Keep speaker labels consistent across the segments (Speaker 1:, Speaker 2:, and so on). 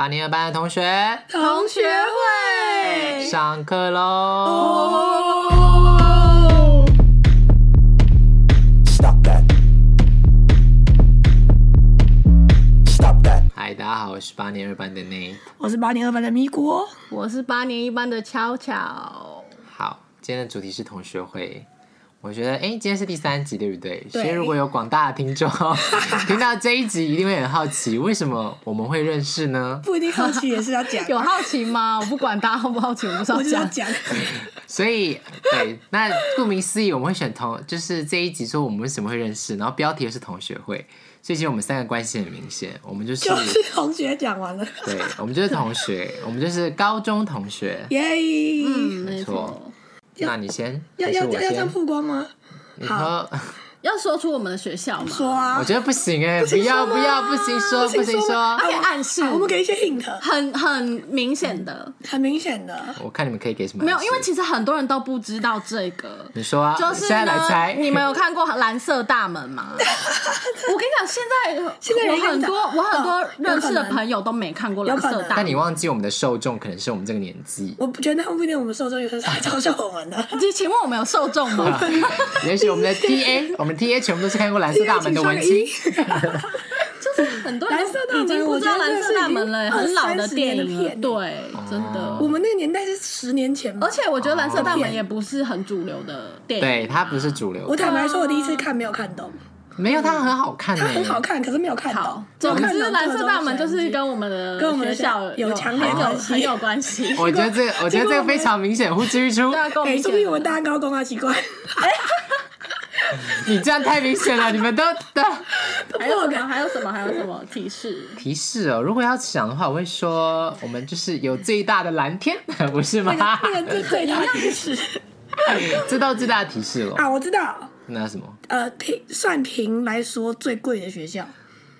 Speaker 1: 八年二班的同学，
Speaker 2: 同学会。
Speaker 1: 上课喽！
Speaker 2: 哦，
Speaker 3: Stop that. Stop that.
Speaker 1: 嗨，大家好，我是八年二班的 Nate。
Speaker 2: 我是八年二班的咪果。
Speaker 4: 我是八年一班的巧巧，，
Speaker 1: 好，今天的主题是同学会。我觉得，哎、今天是第三集，对不对？
Speaker 2: 对
Speaker 1: 所以如果有广大的听众 听到这一集，一定会很好奇，为什么我们会认识呢？
Speaker 2: 不一定好奇也是要讲啊
Speaker 4: 有好奇吗？我不管大家好不好奇，我不知道
Speaker 2: 我是要
Speaker 4: 讲。
Speaker 2: 讲。
Speaker 1: 所以，对，那顾名思义，我们会选同，就是这一集说我们为什么会认识，然后标题又是同学会，所以其实我们三个关系很明显，我们就是，
Speaker 2: 就是同学讲 完了，
Speaker 1: 对，我们就是同学，我们就是高中同学。
Speaker 2: 耶！
Speaker 4: 嗯，
Speaker 1: 没
Speaker 4: 没
Speaker 1: 错
Speaker 4: 错。
Speaker 1: 那你先，
Speaker 2: 要
Speaker 1: 还是
Speaker 2: 要
Speaker 1: 我
Speaker 2: 要要
Speaker 1: 先
Speaker 2: 这样曝光吗？
Speaker 1: 你说，
Speaker 4: 要说出我们的学校吗？
Speaker 2: 说啊
Speaker 1: 我，觉得不行哎，不要不要，不行说，
Speaker 2: 不行
Speaker 1: 不行
Speaker 2: 说
Speaker 1: 说
Speaker 2: 吗。
Speaker 4: 可以暗示，
Speaker 2: 好我们给一些 hint，
Speaker 4: 很很明显的，
Speaker 2: 很明显的。
Speaker 1: 我看你们可以给什么
Speaker 4: 没
Speaker 1: 暗示？
Speaker 4: 有，因为其实很多人都不知道这个。
Speaker 1: 你说啊，
Speaker 4: 就是
Speaker 1: 现在来
Speaker 4: 呢
Speaker 1: 猜，，
Speaker 4: 你们有看过《蓝色大门》 吗？我跟你讲，现在
Speaker 2: 现在人
Speaker 4: 我很多
Speaker 2: 应该
Speaker 4: 我很多
Speaker 2: 哦
Speaker 4: 认识
Speaker 2: 有
Speaker 4: 的
Speaker 2: 可能
Speaker 4: 朋友都没看过《
Speaker 2: 有
Speaker 4: 蓝
Speaker 2: 可
Speaker 4: 色
Speaker 2: 能
Speaker 4: 大
Speaker 1: 但
Speaker 4: 门》，
Speaker 1: 你忘记我们的受众可能是我们这个年纪，
Speaker 2: 我不觉得他们不一定我们受众有很少来嘲笑我们的。
Speaker 4: 请请问我们有受众 吗？
Speaker 1: 也许我们的 TA，我们 TA 全部都是看过《蓝色大门》的文青。
Speaker 4: 就是很多人
Speaker 2: 蓝色大门
Speaker 4: 已经不知道蓝色大门了，
Speaker 2: 我觉得
Speaker 4: 很
Speaker 2: 是
Speaker 4: 老电
Speaker 2: 20
Speaker 4: 影
Speaker 2: 年的
Speaker 4: 了，
Speaker 2: 片
Speaker 4: 对，
Speaker 1: 哦
Speaker 4: 真的
Speaker 2: 我。们那个年代是十年前吧
Speaker 4: 而。且我觉得蓝色大门也不是很主流的电影，
Speaker 1: 对，它不是主流
Speaker 2: 我
Speaker 1: 的，
Speaker 2: 坦白说，我第一次看没有看懂，
Speaker 1: 没有，它很好看
Speaker 2: 它很
Speaker 1: 哎
Speaker 2: 好。看，可是没有看
Speaker 4: 嗯好
Speaker 2: 懂。，
Speaker 4: 总
Speaker 2: 没有看
Speaker 4: 之
Speaker 2: 懂
Speaker 4: 蓝色大门
Speaker 2: 这
Speaker 4: 就
Speaker 2: 个东西
Speaker 4: 是跟我们的
Speaker 2: 跟我们的
Speaker 4: 学校
Speaker 2: 有强烈
Speaker 4: 很有
Speaker 2: 关系
Speaker 4: 很有关 系。
Speaker 1: 我觉得这个，我觉得这个非常明显，呼之欲出
Speaker 4: 对。啊，跟我
Speaker 2: 哎，
Speaker 4: 们
Speaker 2: 说不定我们大高中啊，奇 怪，
Speaker 1: 你这样太明显了，你们都都
Speaker 4: 还有什么？还有什么？还有什么提示？
Speaker 1: 提示哦。如果要想的话，我会说我们就是有最大的蓝天， 不是吗？
Speaker 2: 那个最最大的提示
Speaker 1: 这到最大的提示了。
Speaker 2: 啊，我知道，
Speaker 1: 那什么？
Speaker 2: 呃，平算平来说最贵的学校，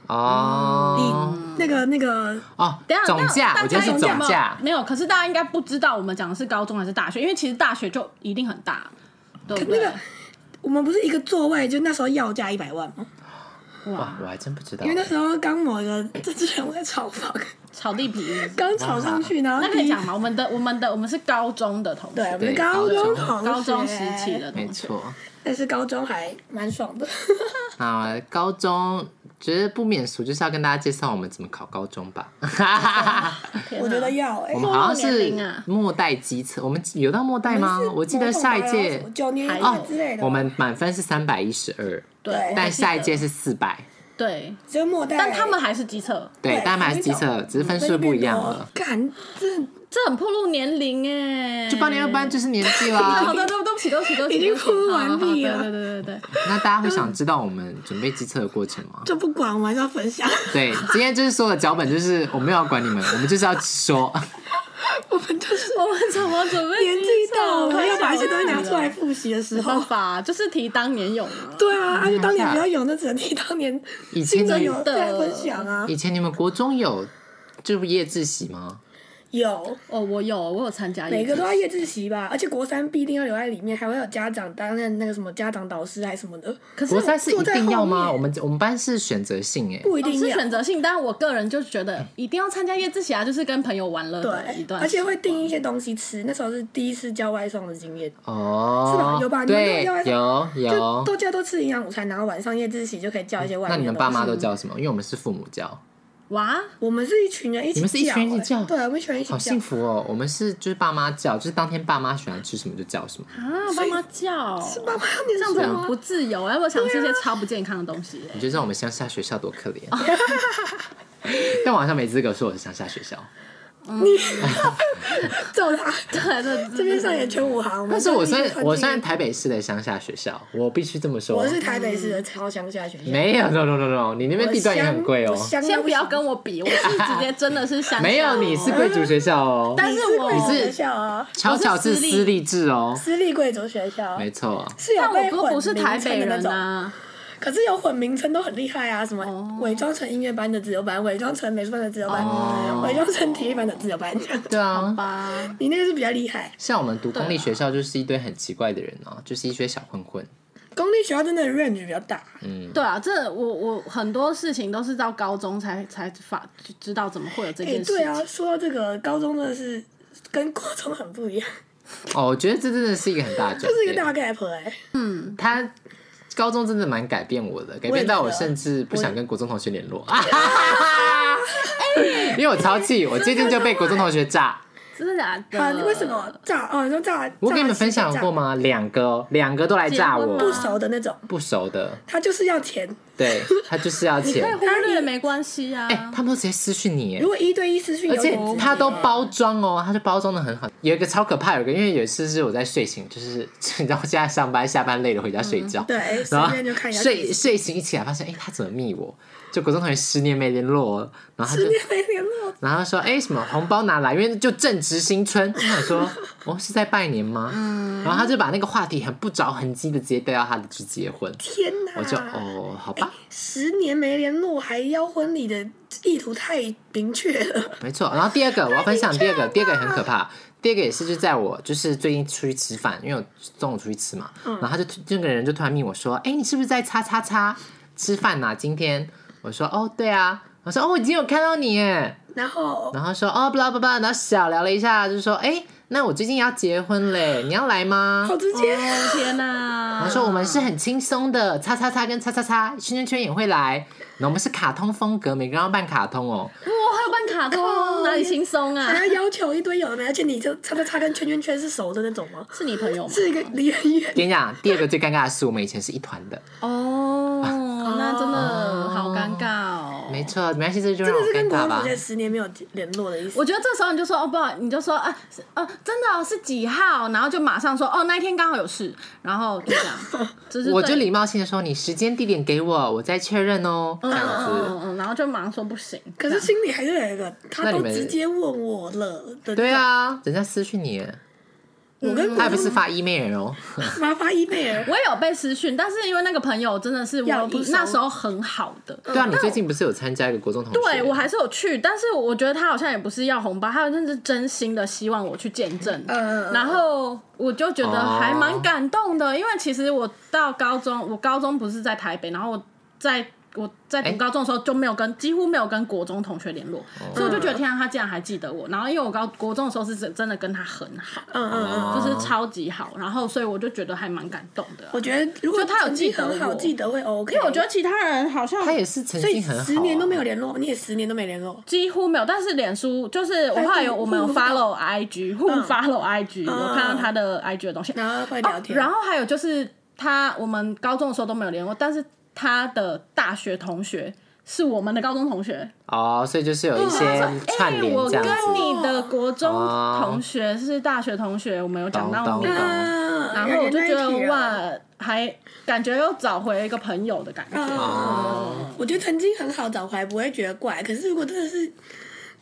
Speaker 1: 哦
Speaker 2: 你那个那个
Speaker 1: 哦
Speaker 4: 等一，下
Speaker 1: 总价
Speaker 4: 那，
Speaker 1: 我觉得是
Speaker 4: 大家有
Speaker 1: 总
Speaker 4: 没有
Speaker 1: 价。
Speaker 4: 没有，可是大家应该不知道我们讲的是高中还是大学，因为其实大学就一定很大，对不
Speaker 2: 那
Speaker 4: 对？
Speaker 2: 个，我们不是一个座位，就那时候要价一百万吗？
Speaker 4: 哇
Speaker 1: 哇，，我还真不知道
Speaker 2: 因为。那时候刚某一个
Speaker 1: 嗯
Speaker 2: 政治人物在炒房，
Speaker 4: 草地皮是不是
Speaker 2: 刚炒上去，然后
Speaker 4: 那可
Speaker 2: 第
Speaker 4: 以
Speaker 2: 一
Speaker 4: 讲吗？我们的我们的我们是高中的同
Speaker 2: 对，我
Speaker 4: 学，
Speaker 1: 对
Speaker 2: 们高中同学
Speaker 4: 高中时期，的
Speaker 1: 没
Speaker 4: 同学，
Speaker 1: 错，
Speaker 2: 但是高中还蛮爽的。
Speaker 1: 那高中觉得不免俗，就是要跟大家介绍我们怎么考高中 吧。
Speaker 4: 天哪
Speaker 2: 我觉得要哎、
Speaker 1: 我
Speaker 2: 欸，
Speaker 1: 们好像
Speaker 4: 末
Speaker 1: 是
Speaker 4: 年龄啊
Speaker 1: 末代基测，我们有到末代吗？哦我记得下一届
Speaker 2: 啊九年
Speaker 4: 还
Speaker 2: 级
Speaker 4: 有
Speaker 2: 之类的吧，
Speaker 1: 我们满分是三百一十二，
Speaker 4: 对，
Speaker 2: 对
Speaker 4: 我
Speaker 1: 但
Speaker 4: 还记
Speaker 1: 下一
Speaker 4: 得
Speaker 1: 届是四百，
Speaker 4: 对，
Speaker 2: 只有末代，
Speaker 4: 但他们还是机测，
Speaker 1: 对
Speaker 2: 对，
Speaker 1: 但还是嗯基测，只是分数不一样了。。
Speaker 2: 干，这
Speaker 4: 这很暴露年龄哎，
Speaker 1: 就八年二班就是年纪
Speaker 4: 啊。好
Speaker 1: 啦。
Speaker 4: 的，对对不起，对不起，对不起，
Speaker 2: 已经
Speaker 4: 对不起
Speaker 2: 哭完毕
Speaker 4: 好
Speaker 2: 了
Speaker 4: 好对对对对对，
Speaker 1: 那大家会想知道我们准备基测的过程吗？
Speaker 2: 就不管，我们还是要分享。
Speaker 1: 对，今天就是说的脚本，就是我没有要管你们，我们就是要说。
Speaker 2: 我们就是
Speaker 4: 我们怎么准备
Speaker 2: 年纪到
Speaker 4: 啊
Speaker 2: 了，要把一些东西拿出来
Speaker 4: 没
Speaker 2: 复习的时候
Speaker 4: 办，法，就是提当年勇啊。
Speaker 2: 对啊，而且当年比较有，那只能提当年
Speaker 1: 以前
Speaker 2: 新的
Speaker 1: 你
Speaker 2: 有在分享啊，
Speaker 1: 以前你们国中有就是夜自习吗？
Speaker 2: 有
Speaker 4: 哦，我有，我有参加，
Speaker 2: 每个都要夜自习吧，而且国三必定要留在里面，还会有家长担任那个什么家长导师还是什么的，
Speaker 4: 可是
Speaker 1: 国三是一
Speaker 2: 坐在
Speaker 1: 定要
Speaker 2: 后
Speaker 1: 吗？
Speaker 2: 面
Speaker 1: 我们我们班是选择性哎，
Speaker 2: 不一
Speaker 4: 哦
Speaker 2: 定
Speaker 4: 是
Speaker 2: 要。
Speaker 4: 选择性，但我个人就觉得一定要参加夜自习啊，就是跟朋友玩乐的一
Speaker 2: 对，
Speaker 4: 段
Speaker 2: 而
Speaker 4: 时间，
Speaker 2: 且会订一些东西吃，那时候是第一次叫外送的经验，
Speaker 1: 哦，
Speaker 2: 是吧有吧你们
Speaker 1: 对
Speaker 2: 都有，
Speaker 1: 有
Speaker 2: 就
Speaker 1: 有。
Speaker 2: 都叫都吃营养午餐，然后晚上夜自习就可以叫一些外面
Speaker 1: 那
Speaker 2: 的
Speaker 1: 你们爸妈
Speaker 2: 东
Speaker 1: 都
Speaker 2: 西
Speaker 1: 叫什么？因为我们是父母叫，
Speaker 4: 哇，
Speaker 2: 我们是一群人一
Speaker 1: 你
Speaker 2: 起
Speaker 1: 们是一群人一起
Speaker 2: 欸
Speaker 1: 叫
Speaker 2: 对，我们一群人一起
Speaker 1: 好
Speaker 2: 叫
Speaker 1: 幸。福哦。我们是就是爸妈叫，就是当天爸妈喜欢吃什么就叫什么。
Speaker 4: 啊，爸妈叫，
Speaker 2: 是爸妈
Speaker 4: 这
Speaker 2: 年
Speaker 4: 样
Speaker 2: 轻
Speaker 4: 子
Speaker 2: 人
Speaker 4: 很
Speaker 2: 吗
Speaker 4: 不？自由啊，要不我想吃一些超不健康的东西耶、
Speaker 1: 你就知道我们乡下学校多可怜。 但我好像没资格说我是乡下学 校，
Speaker 2: 揍他！
Speaker 4: 对对
Speaker 2: 这
Speaker 4: 对，
Speaker 2: 边上演全武行，
Speaker 1: 但是我算我算
Speaker 2: 算
Speaker 1: 台北市的乡下学校，我必须这么说
Speaker 2: 我。是台北市的超乡下学校，
Speaker 1: 没有，no no no no，你那边地段也很贵哦
Speaker 2: 我。乡
Speaker 4: 先不要跟我比，我是直接真的是想
Speaker 1: 没有，你是贵族学校哦。
Speaker 4: 但是我
Speaker 2: 你
Speaker 1: 是
Speaker 2: 学校啊，
Speaker 1: 巧巧是私立制哦，
Speaker 2: 私立贵族学校
Speaker 1: 没错。
Speaker 2: 是有
Speaker 4: 但
Speaker 2: 被
Speaker 4: 我
Speaker 2: 混
Speaker 4: 哥不是台北
Speaker 2: 名称
Speaker 4: 人
Speaker 2: 的那种，
Speaker 4: 啊，
Speaker 2: 可是有混名称都很厉害啊，什么
Speaker 4: 哦
Speaker 2: 伪装成音乐班的自由班，伪装成美术班的自由班
Speaker 1: 哦，
Speaker 2: 伪装成体育班的自由班，
Speaker 1: 对啊，
Speaker 4: 吧？
Speaker 2: 你那个是比较厉害。
Speaker 1: 像我们读公立学校就是一堆很奇怪的人哦，就是一些小混混。
Speaker 2: 公立学校真的 range 比较大，
Speaker 1: 嗯
Speaker 4: 对啊，这我我很多事情都是到高中才才发就知道怎么会有这
Speaker 2: 哎、
Speaker 4: 件事情。
Speaker 2: 对啊，说到这个，高中真的是跟国中很不一样，
Speaker 1: 哦，我觉得这真的是一个很大的转
Speaker 2: 就是一个
Speaker 1: 变。
Speaker 2: 大 gap 哎、
Speaker 1: 他高中真的蛮改变我的，改变到我甚至不想跟国中同学联络， 因为我超气，我最近就被国中同学炸。
Speaker 4: 真的假的？
Speaker 2: 啊，为什？么炸？哦，你说炸？
Speaker 1: 呃我跟你们
Speaker 2: 炸
Speaker 1: 分享过吗？两个哦，两个都来炸
Speaker 4: 结
Speaker 1: 我
Speaker 4: 婚，
Speaker 2: 不
Speaker 4: 吗
Speaker 2: 熟的那种，
Speaker 1: 不熟的，
Speaker 2: 他就是要钱。
Speaker 1: 对他就是要
Speaker 4: 你可以
Speaker 1: 钱
Speaker 4: 忽。略没关系啊。
Speaker 1: 哎、他们都直接私讯你耶
Speaker 2: 如，果一对一私讯，
Speaker 1: 而且
Speaker 2: 有点
Speaker 1: 他都包装哦，他就包装的很好。有一个超可怕，有一个因为有一次是我在睡醒，就是 你知道我现在上班下班累了回家睡觉，
Speaker 2: 嗯对，随
Speaker 1: 然后
Speaker 2: 便就看一下。
Speaker 1: 睡睡醒一起来发现，哎、他怎么密我？就国中同学十年没联络我，然后他就
Speaker 2: 十。年没联络，
Speaker 1: 然后说，哎、什么红包拿来？因为就正值新春，我想说， 哦，是在拜年吗？
Speaker 2: 嗯
Speaker 1: 然后他就把那个话题很不着痕迹的直接带到他的去结婚，
Speaker 2: 天哪！
Speaker 1: 我就哦，好吧，
Speaker 2: 十年没联络，还要婚礼的意图太明确了。
Speaker 1: 没错。然后第二个我要分享第二个，第二个也很可怕。第二个也是就在我就是最近出去吃饭，因为我中午出去吃嘛，然后他就那个人就突然命我说，哎、你是不是在叉叉叉吃饭呐、今天我说哦，对啊。我说哦，我已经有看到你耶，
Speaker 2: 然后
Speaker 1: 然后说哦，不啦不啦，然后小聊了一下，就说哎，那我最近要结婚嘞，你要来吗
Speaker 2: 好？直接，
Speaker 4: 哦天哪！
Speaker 1: 他说我们是很轻松的，叉叉叉跟叉叉叉圈圈圈也会来，然后我们是卡通风格，每个人要扮卡通哦。
Speaker 4: 哇，还有办卡通，
Speaker 2: 哦
Speaker 4: 哪里轻松啊？
Speaker 2: 还要要求一堆有的没，而且你就叉叉叉跟圈圈圈是熟的那种吗？
Speaker 4: 是你朋友吗？
Speaker 2: 是一个离很远，
Speaker 1: 跟你讲，第二个最尴尬的是，我们以前是一团的，
Speaker 4: 哦，那真的好尴尬哦。
Speaker 1: 没错，没关系，这就
Speaker 2: 真
Speaker 1: 让我
Speaker 2: 的是
Speaker 1: 尴
Speaker 2: 跟国
Speaker 1: 尬
Speaker 2: 中
Speaker 1: 吧
Speaker 2: 同。学十年没有联络的意思。
Speaker 4: 我觉得这时候你就说哦，不好，你就说啊，是哦、真的、哦、是几号，然后就马上说哦，那一天刚好有事，然后就这样，就是
Speaker 1: 我
Speaker 4: 最
Speaker 1: 就礼貌性的说，你时间地点给我，我再确认哦，这
Speaker 4: 嗯
Speaker 1: 样
Speaker 4: 嗯
Speaker 1: 子。
Speaker 4: 嗯嗯，然后就马上说不行。
Speaker 2: 可是心里还是有一个，他
Speaker 1: 那你
Speaker 2: 都
Speaker 1: 们
Speaker 2: 直接问我了的。
Speaker 1: 对，啊，人家私讯你耶，
Speaker 4: 嗯
Speaker 2: 我跟
Speaker 1: 他也
Speaker 2: 国
Speaker 1: 不是
Speaker 2: 中
Speaker 1: 发 email 哦。
Speaker 2: 麻发 email，
Speaker 4: 我也有被私讯，但是因为那个朋友真的是
Speaker 2: 要
Speaker 4: 我
Speaker 2: 不熟
Speaker 4: 那时候很好的，
Speaker 1: 对啊，你最近不是有参加一个国中同学？
Speaker 4: 对我还是有去，但是我觉得他好像也不是要红包，他真的是真心的希望我去见证。
Speaker 2: 嗯嗯哦
Speaker 4: 然后我就觉得还蛮感动的，因为其实我到高中，我高中不是在台北，然后我在。我在
Speaker 1: 哎
Speaker 4: 读高中的时候就没有跟、几乎没有跟国中同学联络，
Speaker 2: 哦
Speaker 4: 所以我就觉得天啊，他竟然还记得我。然后因为我高国中的时候是真真的跟他很好，
Speaker 2: 嗯嗯
Speaker 1: 哦
Speaker 2: 嗯。
Speaker 4: 就是超级好，然后所以我就觉得还蛮感动的啊、
Speaker 2: 我觉得如果
Speaker 4: 就他有
Speaker 2: 成绩
Speaker 4: 记得
Speaker 2: 很好，
Speaker 4: 我
Speaker 2: 记得会 OK。
Speaker 4: 因为我觉得其他人好像
Speaker 1: 他也是成
Speaker 2: 所
Speaker 1: 绩
Speaker 2: 以
Speaker 1: 很好、啊，
Speaker 2: 十年都没有联络，你也十年都没联络。
Speaker 4: 几乎没有，但是脸书就是我
Speaker 2: 但是
Speaker 4: 后来有
Speaker 2: 互
Speaker 4: 我们有
Speaker 2: 互
Speaker 4: follow
Speaker 2: 哎
Speaker 4: IG，互 follow IG，、我看到他的 IG 的东西，哦
Speaker 2: 然后会嗯聊天，
Speaker 4: 然后还有就是他我们高中的时候都没有联络，但是他的大学同学是我们的高中同学，
Speaker 1: 哦，所以就是有一些串
Speaker 4: 哎
Speaker 1: 联
Speaker 4: 我
Speaker 1: 这样
Speaker 4: 跟
Speaker 1: 子。
Speaker 4: 你的国中
Speaker 1: 哦
Speaker 4: 同学是大学同学，我们有讲到
Speaker 1: 懂
Speaker 4: 你，
Speaker 1: 懂
Speaker 2: 啊
Speaker 4: 然后我就觉
Speaker 2: 原来一体
Speaker 4: 得
Speaker 2: 了
Speaker 4: 哇，还感觉又找回一个朋友的感觉。
Speaker 2: 嗯哦，我觉得曾经很好找回来，不会觉得怪。可是如果真的是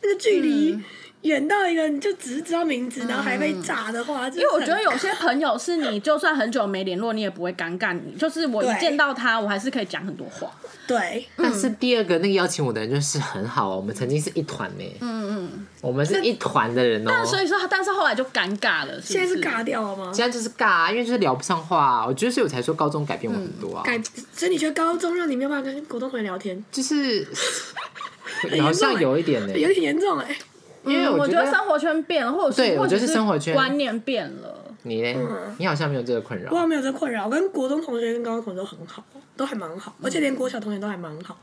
Speaker 2: 那个距
Speaker 4: 嗯
Speaker 2: 离远到一个，你就只是知道名字，然后还被炸的话，因
Speaker 4: 因为我觉得有些朋友是你就算很久没联络，你也不会尴尬。你就是我一
Speaker 2: 对
Speaker 4: 见到他，我还是可以讲很多话。
Speaker 1: 哦
Speaker 2: 对，
Speaker 1: 但是第二个那个邀请我的人就是很好哦，我们曾经是一团呢。嗯嗯，我们是一团的人哦。
Speaker 4: 但所以说，但是后来就尴尬了。是不
Speaker 2: 现在
Speaker 4: 是
Speaker 2: 是尬掉了吗？
Speaker 1: 现在就是尬、啊，因为就是聊不上话、啊。我觉得所以我才说高中改变我很多啊，
Speaker 2: 嗯改，所以你觉得高中让你没有办法跟国中同学聊天，
Speaker 1: 就是好像有一点呢、
Speaker 2: 有点严重哎。
Speaker 1: 因为
Speaker 4: 嗯我
Speaker 1: 觉
Speaker 4: 得生活圈变了，或者是
Speaker 1: 对
Speaker 4: 或者
Speaker 1: 我觉得是生活圈
Speaker 4: 观念变了。
Speaker 1: 你呢，你好像没有这个困扰
Speaker 2: 我。好像没有这困扰，我跟国中同学跟高中同学都很好，都还蛮好，
Speaker 1: 嗯
Speaker 2: 而且连国小同学都还蛮好。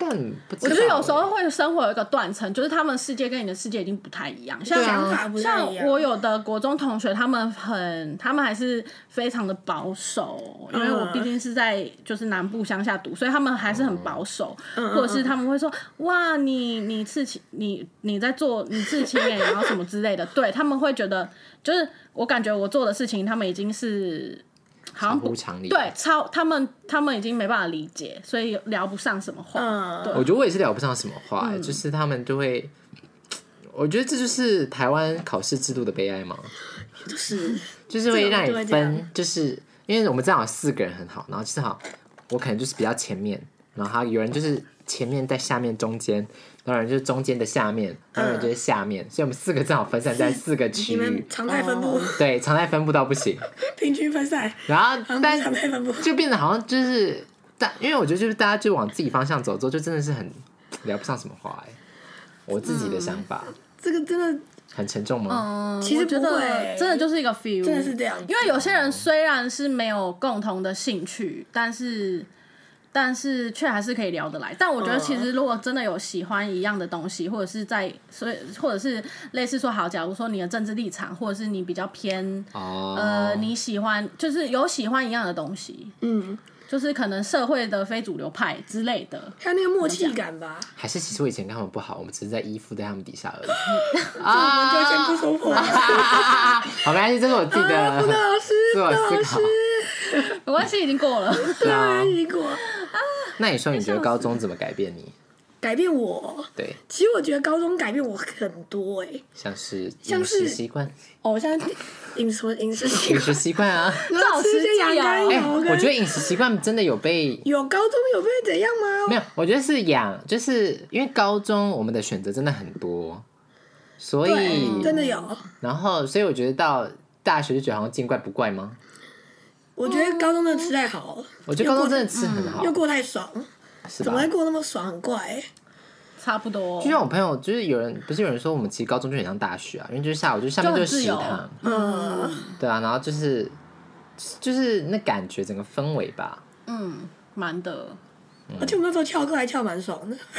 Speaker 1: 但不知道欸
Speaker 4: 可是有时候会生活有一个断层，就是他们世界跟你的世界已经不太一样。像
Speaker 2: 啊想法不太
Speaker 4: 像
Speaker 2: 一样。
Speaker 4: 我有的国中同学，他们很，他们还是非常的保守，
Speaker 2: 嗯
Speaker 4: 因为我毕竟是在就是南部乡下读，所以他们还是很保守，
Speaker 2: 嗯
Speaker 4: 或者是他们会说，哇，你你刺青，你你在做 你刺青哎，然后什么之类的，对他们会觉得，就是我感觉我做的事情，他们已经是。好像
Speaker 1: 超
Speaker 4: 不
Speaker 1: 乎常理
Speaker 4: 对，超他们他们已经没办法理解，所以聊不上什么话。
Speaker 2: 嗯
Speaker 4: 对，
Speaker 1: 我觉得我也是聊不上什么话、欸就是他们就会，我觉得这就是台湾考试制度的悲哀嘛。
Speaker 2: 就是
Speaker 1: 就是会让
Speaker 2: 这个我
Speaker 1: 你
Speaker 2: 就会这
Speaker 1: 分
Speaker 2: 样，
Speaker 1: 就是因为我们正好四个人很好，然后正好我可能就是比较前面，然后他有人就是前面在下面中间，然后有人就是中间的下面，然后有人就是下面，所以我们四个正好分散在四个区
Speaker 2: 你
Speaker 1: 域
Speaker 2: 们，常态分布、
Speaker 1: 对，常态分布到不行。
Speaker 2: 平均分散，
Speaker 1: 然 后
Speaker 2: 常
Speaker 1: 但
Speaker 2: 态常态分 布。
Speaker 1: 就变得好像就是大，因为我觉得就是大家就往自己方向走之后，就真的是很聊不上什么话哎、我自己的想法、
Speaker 2: 这个真的
Speaker 1: 很沉重吗？
Speaker 4: 嗯，
Speaker 2: 其实
Speaker 4: 我觉
Speaker 2: 不会欸
Speaker 4: 得真的就是一个 feel，
Speaker 2: 真的是这样啊
Speaker 4: 因为有些人虽然是没有共同的兴趣，但是但是却还是可以聊得来。但我觉得其
Speaker 2: 嗯
Speaker 4: 实如果真的有喜欢一样的东西，或者是在所以或者是类似说好，假如说你的政治立场，或者是你比较偏
Speaker 2: 嗯
Speaker 1: 哦，
Speaker 4: 呃你喜欢就是有喜欢一样的东西，
Speaker 2: 嗯，
Speaker 4: 就是可能社会的非主流派之类的。
Speaker 2: 还有那个默契感吧，
Speaker 1: 还是其实我以前跟他们不好，我们只是在依附在他们底下而已。 啊
Speaker 2: 我们就先 不说破。
Speaker 1: 好，没关系，这是我自己
Speaker 2: 啊，
Speaker 1: 的
Speaker 2: 辅导老师，
Speaker 1: 自我
Speaker 2: 老
Speaker 1: 思
Speaker 2: 师
Speaker 1: 考。，
Speaker 4: 没关系，已经过 了。
Speaker 1: 对啊，
Speaker 2: 结果
Speaker 1: 那你说你觉得高中怎么改变你？
Speaker 2: 改变我。
Speaker 1: 对，
Speaker 2: 其实我觉得高中改变我很多哎、
Speaker 1: 像是
Speaker 2: 像
Speaker 1: 饮
Speaker 2: 是
Speaker 1: 食习惯，
Speaker 2: 哦，我现在饮食 饮食习
Speaker 1: 饮
Speaker 2: 惯，
Speaker 1: 食习惯 啊。
Speaker 4: 照
Speaker 2: 吃一
Speaker 4: 实
Speaker 2: 些
Speaker 4: 际
Speaker 2: 养肝
Speaker 4: 哦
Speaker 1: 哎、
Speaker 2: 油跟。
Speaker 1: 我觉得饮食习惯真的有被
Speaker 2: 有高中有被怎样吗？
Speaker 1: 没有，我觉得是养，就是因为高中我们的选择真的很多，所以
Speaker 2: 对，真的有。
Speaker 1: 然后所以我觉得到大学就觉得好像见怪不怪吗？
Speaker 2: 我觉得高中真的吃太好了，
Speaker 1: 哦我觉得高中真的吃很好
Speaker 2: 又，过太爽，
Speaker 1: 是
Speaker 2: 怎
Speaker 1: 吧
Speaker 2: 么？会过那么爽？很怪、欸。
Speaker 4: 差不多
Speaker 1: 就。像我朋友，就是有人不是有人说我们其实高中就很像大学啊，因为就是下午就是下面
Speaker 4: 就
Speaker 1: 就
Speaker 4: 很
Speaker 1: 是
Speaker 4: 自
Speaker 1: 食
Speaker 4: 由
Speaker 1: 堂，
Speaker 2: 嗯，
Speaker 1: 对啊，然后就是就是那感觉整个氛围吧，
Speaker 4: 嗯，蛮的。
Speaker 2: 嗯而且我们那时候翘课还翘蛮爽的。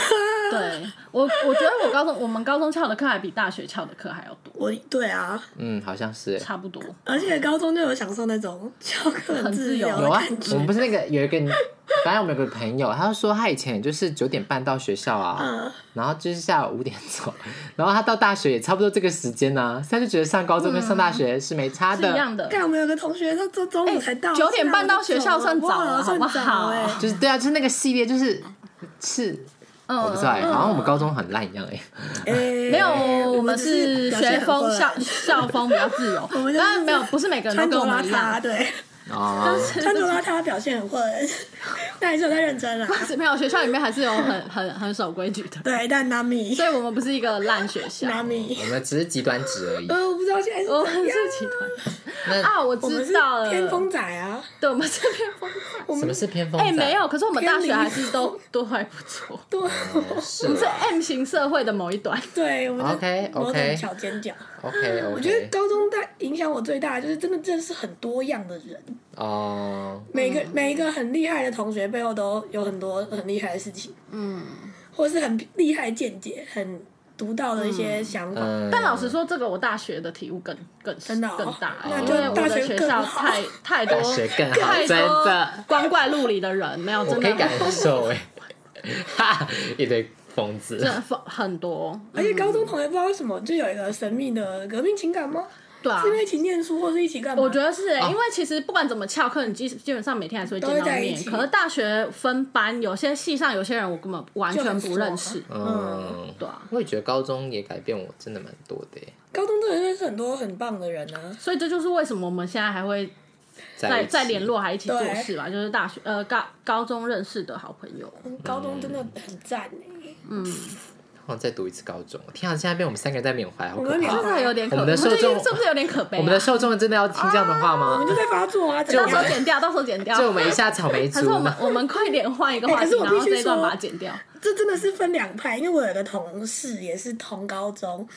Speaker 4: 对我，我觉得我高中我们高中翘的课还比大学翘的课还要多，
Speaker 2: 我对啊，
Speaker 1: 嗯，好像是欸
Speaker 4: 差不多。
Speaker 2: 而且高中就有享受那种翘课很自由
Speaker 4: 很自
Speaker 2: 的
Speaker 1: 有啊
Speaker 2: 感，
Speaker 1: 我
Speaker 2: 觉
Speaker 1: 们。不是那个有一个，反正我们有个朋友，他就说他以前也就是九点半到学校啊，
Speaker 2: 嗯
Speaker 1: 然后就是下午五点走，然后他到大学也差不多这个时间呢、啊，所以他就觉得上高中跟上大学是没差
Speaker 4: 是
Speaker 1: 的，
Speaker 4: 一样的，
Speaker 2: 但我们有个同学，他中中午才到，
Speaker 4: 哎9点半到学校算早了
Speaker 2: 哇算
Speaker 4: 好不好
Speaker 2: 早哎
Speaker 1: 就是对啊，就是那个系列就是是。我不知道哎、好像我们高中很烂一样哎、
Speaker 2: 哎
Speaker 4: 没有，我们
Speaker 2: 只
Speaker 4: 是
Speaker 2: 表现
Speaker 4: 学
Speaker 2: 很过
Speaker 4: 风
Speaker 2: 来
Speaker 4: 校 校风比较自由
Speaker 2: 我们，就是
Speaker 4: 当然没有，不是每个人
Speaker 2: 穿
Speaker 4: 都
Speaker 2: 着
Speaker 4: 跟我
Speaker 2: 邋
Speaker 4: 们一
Speaker 2: 遢，
Speaker 4: 样，
Speaker 2: 对，
Speaker 1: 哦，
Speaker 2: 穿着邋遢表现很混， 但还是有在认真啦。啊
Speaker 4: 没有学校里面还是有很很很守规矩的，
Speaker 2: 对，但 Nami
Speaker 4: 所以我们不是一个烂学校，
Speaker 1: 我
Speaker 2: Nami，
Speaker 1: 们只是极端值而已。
Speaker 2: 呃，我不知道现在是
Speaker 4: 我
Speaker 2: 怎
Speaker 4: 们
Speaker 2: 样，
Speaker 4: 是集团
Speaker 1: 那、
Speaker 4: 啊，我
Speaker 2: 我们
Speaker 4: 知
Speaker 2: 是
Speaker 4: 道了，
Speaker 2: 偏风仔啊，
Speaker 4: 对，我们是偏风，
Speaker 2: 我
Speaker 1: 什
Speaker 2: 们
Speaker 1: 么是偏锋？
Speaker 4: 哎，没有，可是我们大
Speaker 2: 偏
Speaker 4: 学
Speaker 2: 离
Speaker 4: 还是都都还不错，
Speaker 2: 对
Speaker 1: 哦，是
Speaker 4: 是 M 型社会的某一端，
Speaker 2: 对，我们是
Speaker 1: OK，OK
Speaker 2: 某种小尖角。
Speaker 1: OK OK。
Speaker 2: 我觉得高中大影响我最大的就是真的真的是很多样的人，
Speaker 4: 嗯
Speaker 1: 哦，
Speaker 2: 每个每一个很厉害的同学背后都有很多很厉害的事情，
Speaker 4: 嗯，
Speaker 2: 或是很厉害的见解，很独到的一些想法。
Speaker 1: 嗯，
Speaker 4: 但老实说，这个我大学的体悟更更
Speaker 2: 真的哦
Speaker 4: 更大，
Speaker 2: 那
Speaker 4: 因
Speaker 1: 就
Speaker 4: 为我
Speaker 2: 大
Speaker 4: 的
Speaker 2: 学
Speaker 4: 学
Speaker 2: 更
Speaker 4: 校
Speaker 2: 好
Speaker 4: 太太
Speaker 1: 大
Speaker 4: 多
Speaker 1: 学更好，
Speaker 4: 太
Speaker 1: 真的
Speaker 4: 多。光怪陆离的人，没有
Speaker 1: 我
Speaker 4: 真
Speaker 1: 可以感
Speaker 4: 的
Speaker 1: 受哎、哈，一堆疯子
Speaker 4: 真。的很多，
Speaker 2: 而且高中同学不知道为什么就有一个神秘的革命情感吗？
Speaker 4: 对啊
Speaker 2: 是。因为一起念书或是一起干嘛？
Speaker 4: 我觉得是、欸
Speaker 1: 哦
Speaker 4: 因为其实不管怎么翘课，你基基本上每天还是会见
Speaker 2: 都
Speaker 4: 到
Speaker 2: 会在一
Speaker 4: 面。
Speaker 2: 起
Speaker 4: 可是大学分班，有些系上有些人我根本完
Speaker 2: 就
Speaker 4: 全
Speaker 2: 很
Speaker 4: 不
Speaker 2: 熟啊
Speaker 4: 认识。
Speaker 1: 嗯，
Speaker 4: 对啊
Speaker 1: 我也觉得高中也改变我真的蛮多的欸耶，
Speaker 2: 高中真的认识很多很棒的人啊，
Speaker 4: 所以这就是为什么我们现在还会
Speaker 1: 一
Speaker 4: 再
Speaker 1: 起
Speaker 4: 再联。络，还一起做
Speaker 2: 对
Speaker 4: 事吧。就是大学呃高高中认识的好朋友，
Speaker 2: 高中真的很赞
Speaker 4: 嗯
Speaker 2: 欸
Speaker 1: 我哦再读一次高中，天啊！现在被我们三个人在缅怀，好
Speaker 2: 我
Speaker 1: 可
Speaker 2: 们
Speaker 1: 怕
Speaker 2: 缅
Speaker 4: 是
Speaker 2: 怀
Speaker 4: 不。是有点可
Speaker 1: 我们的受众
Speaker 4: 是不是有点可悲、啊？
Speaker 1: 我们的受众真的要听这样的话
Speaker 2: 我
Speaker 1: 吗
Speaker 2: 们？就在发作啊，怎
Speaker 4: 到
Speaker 2: 样
Speaker 4: 时候剪掉，到时候剪掉。
Speaker 1: 就我们一下草莓
Speaker 4: 可
Speaker 1: 族
Speaker 4: 是，我们我们快点换一个话
Speaker 2: 哎可
Speaker 4: 题，
Speaker 2: 是我
Speaker 4: 然
Speaker 2: 必须
Speaker 4: 后这一段
Speaker 2: 说
Speaker 4: 把它剪掉。
Speaker 2: 这真的是分两派，因为我有个同事也是同高中，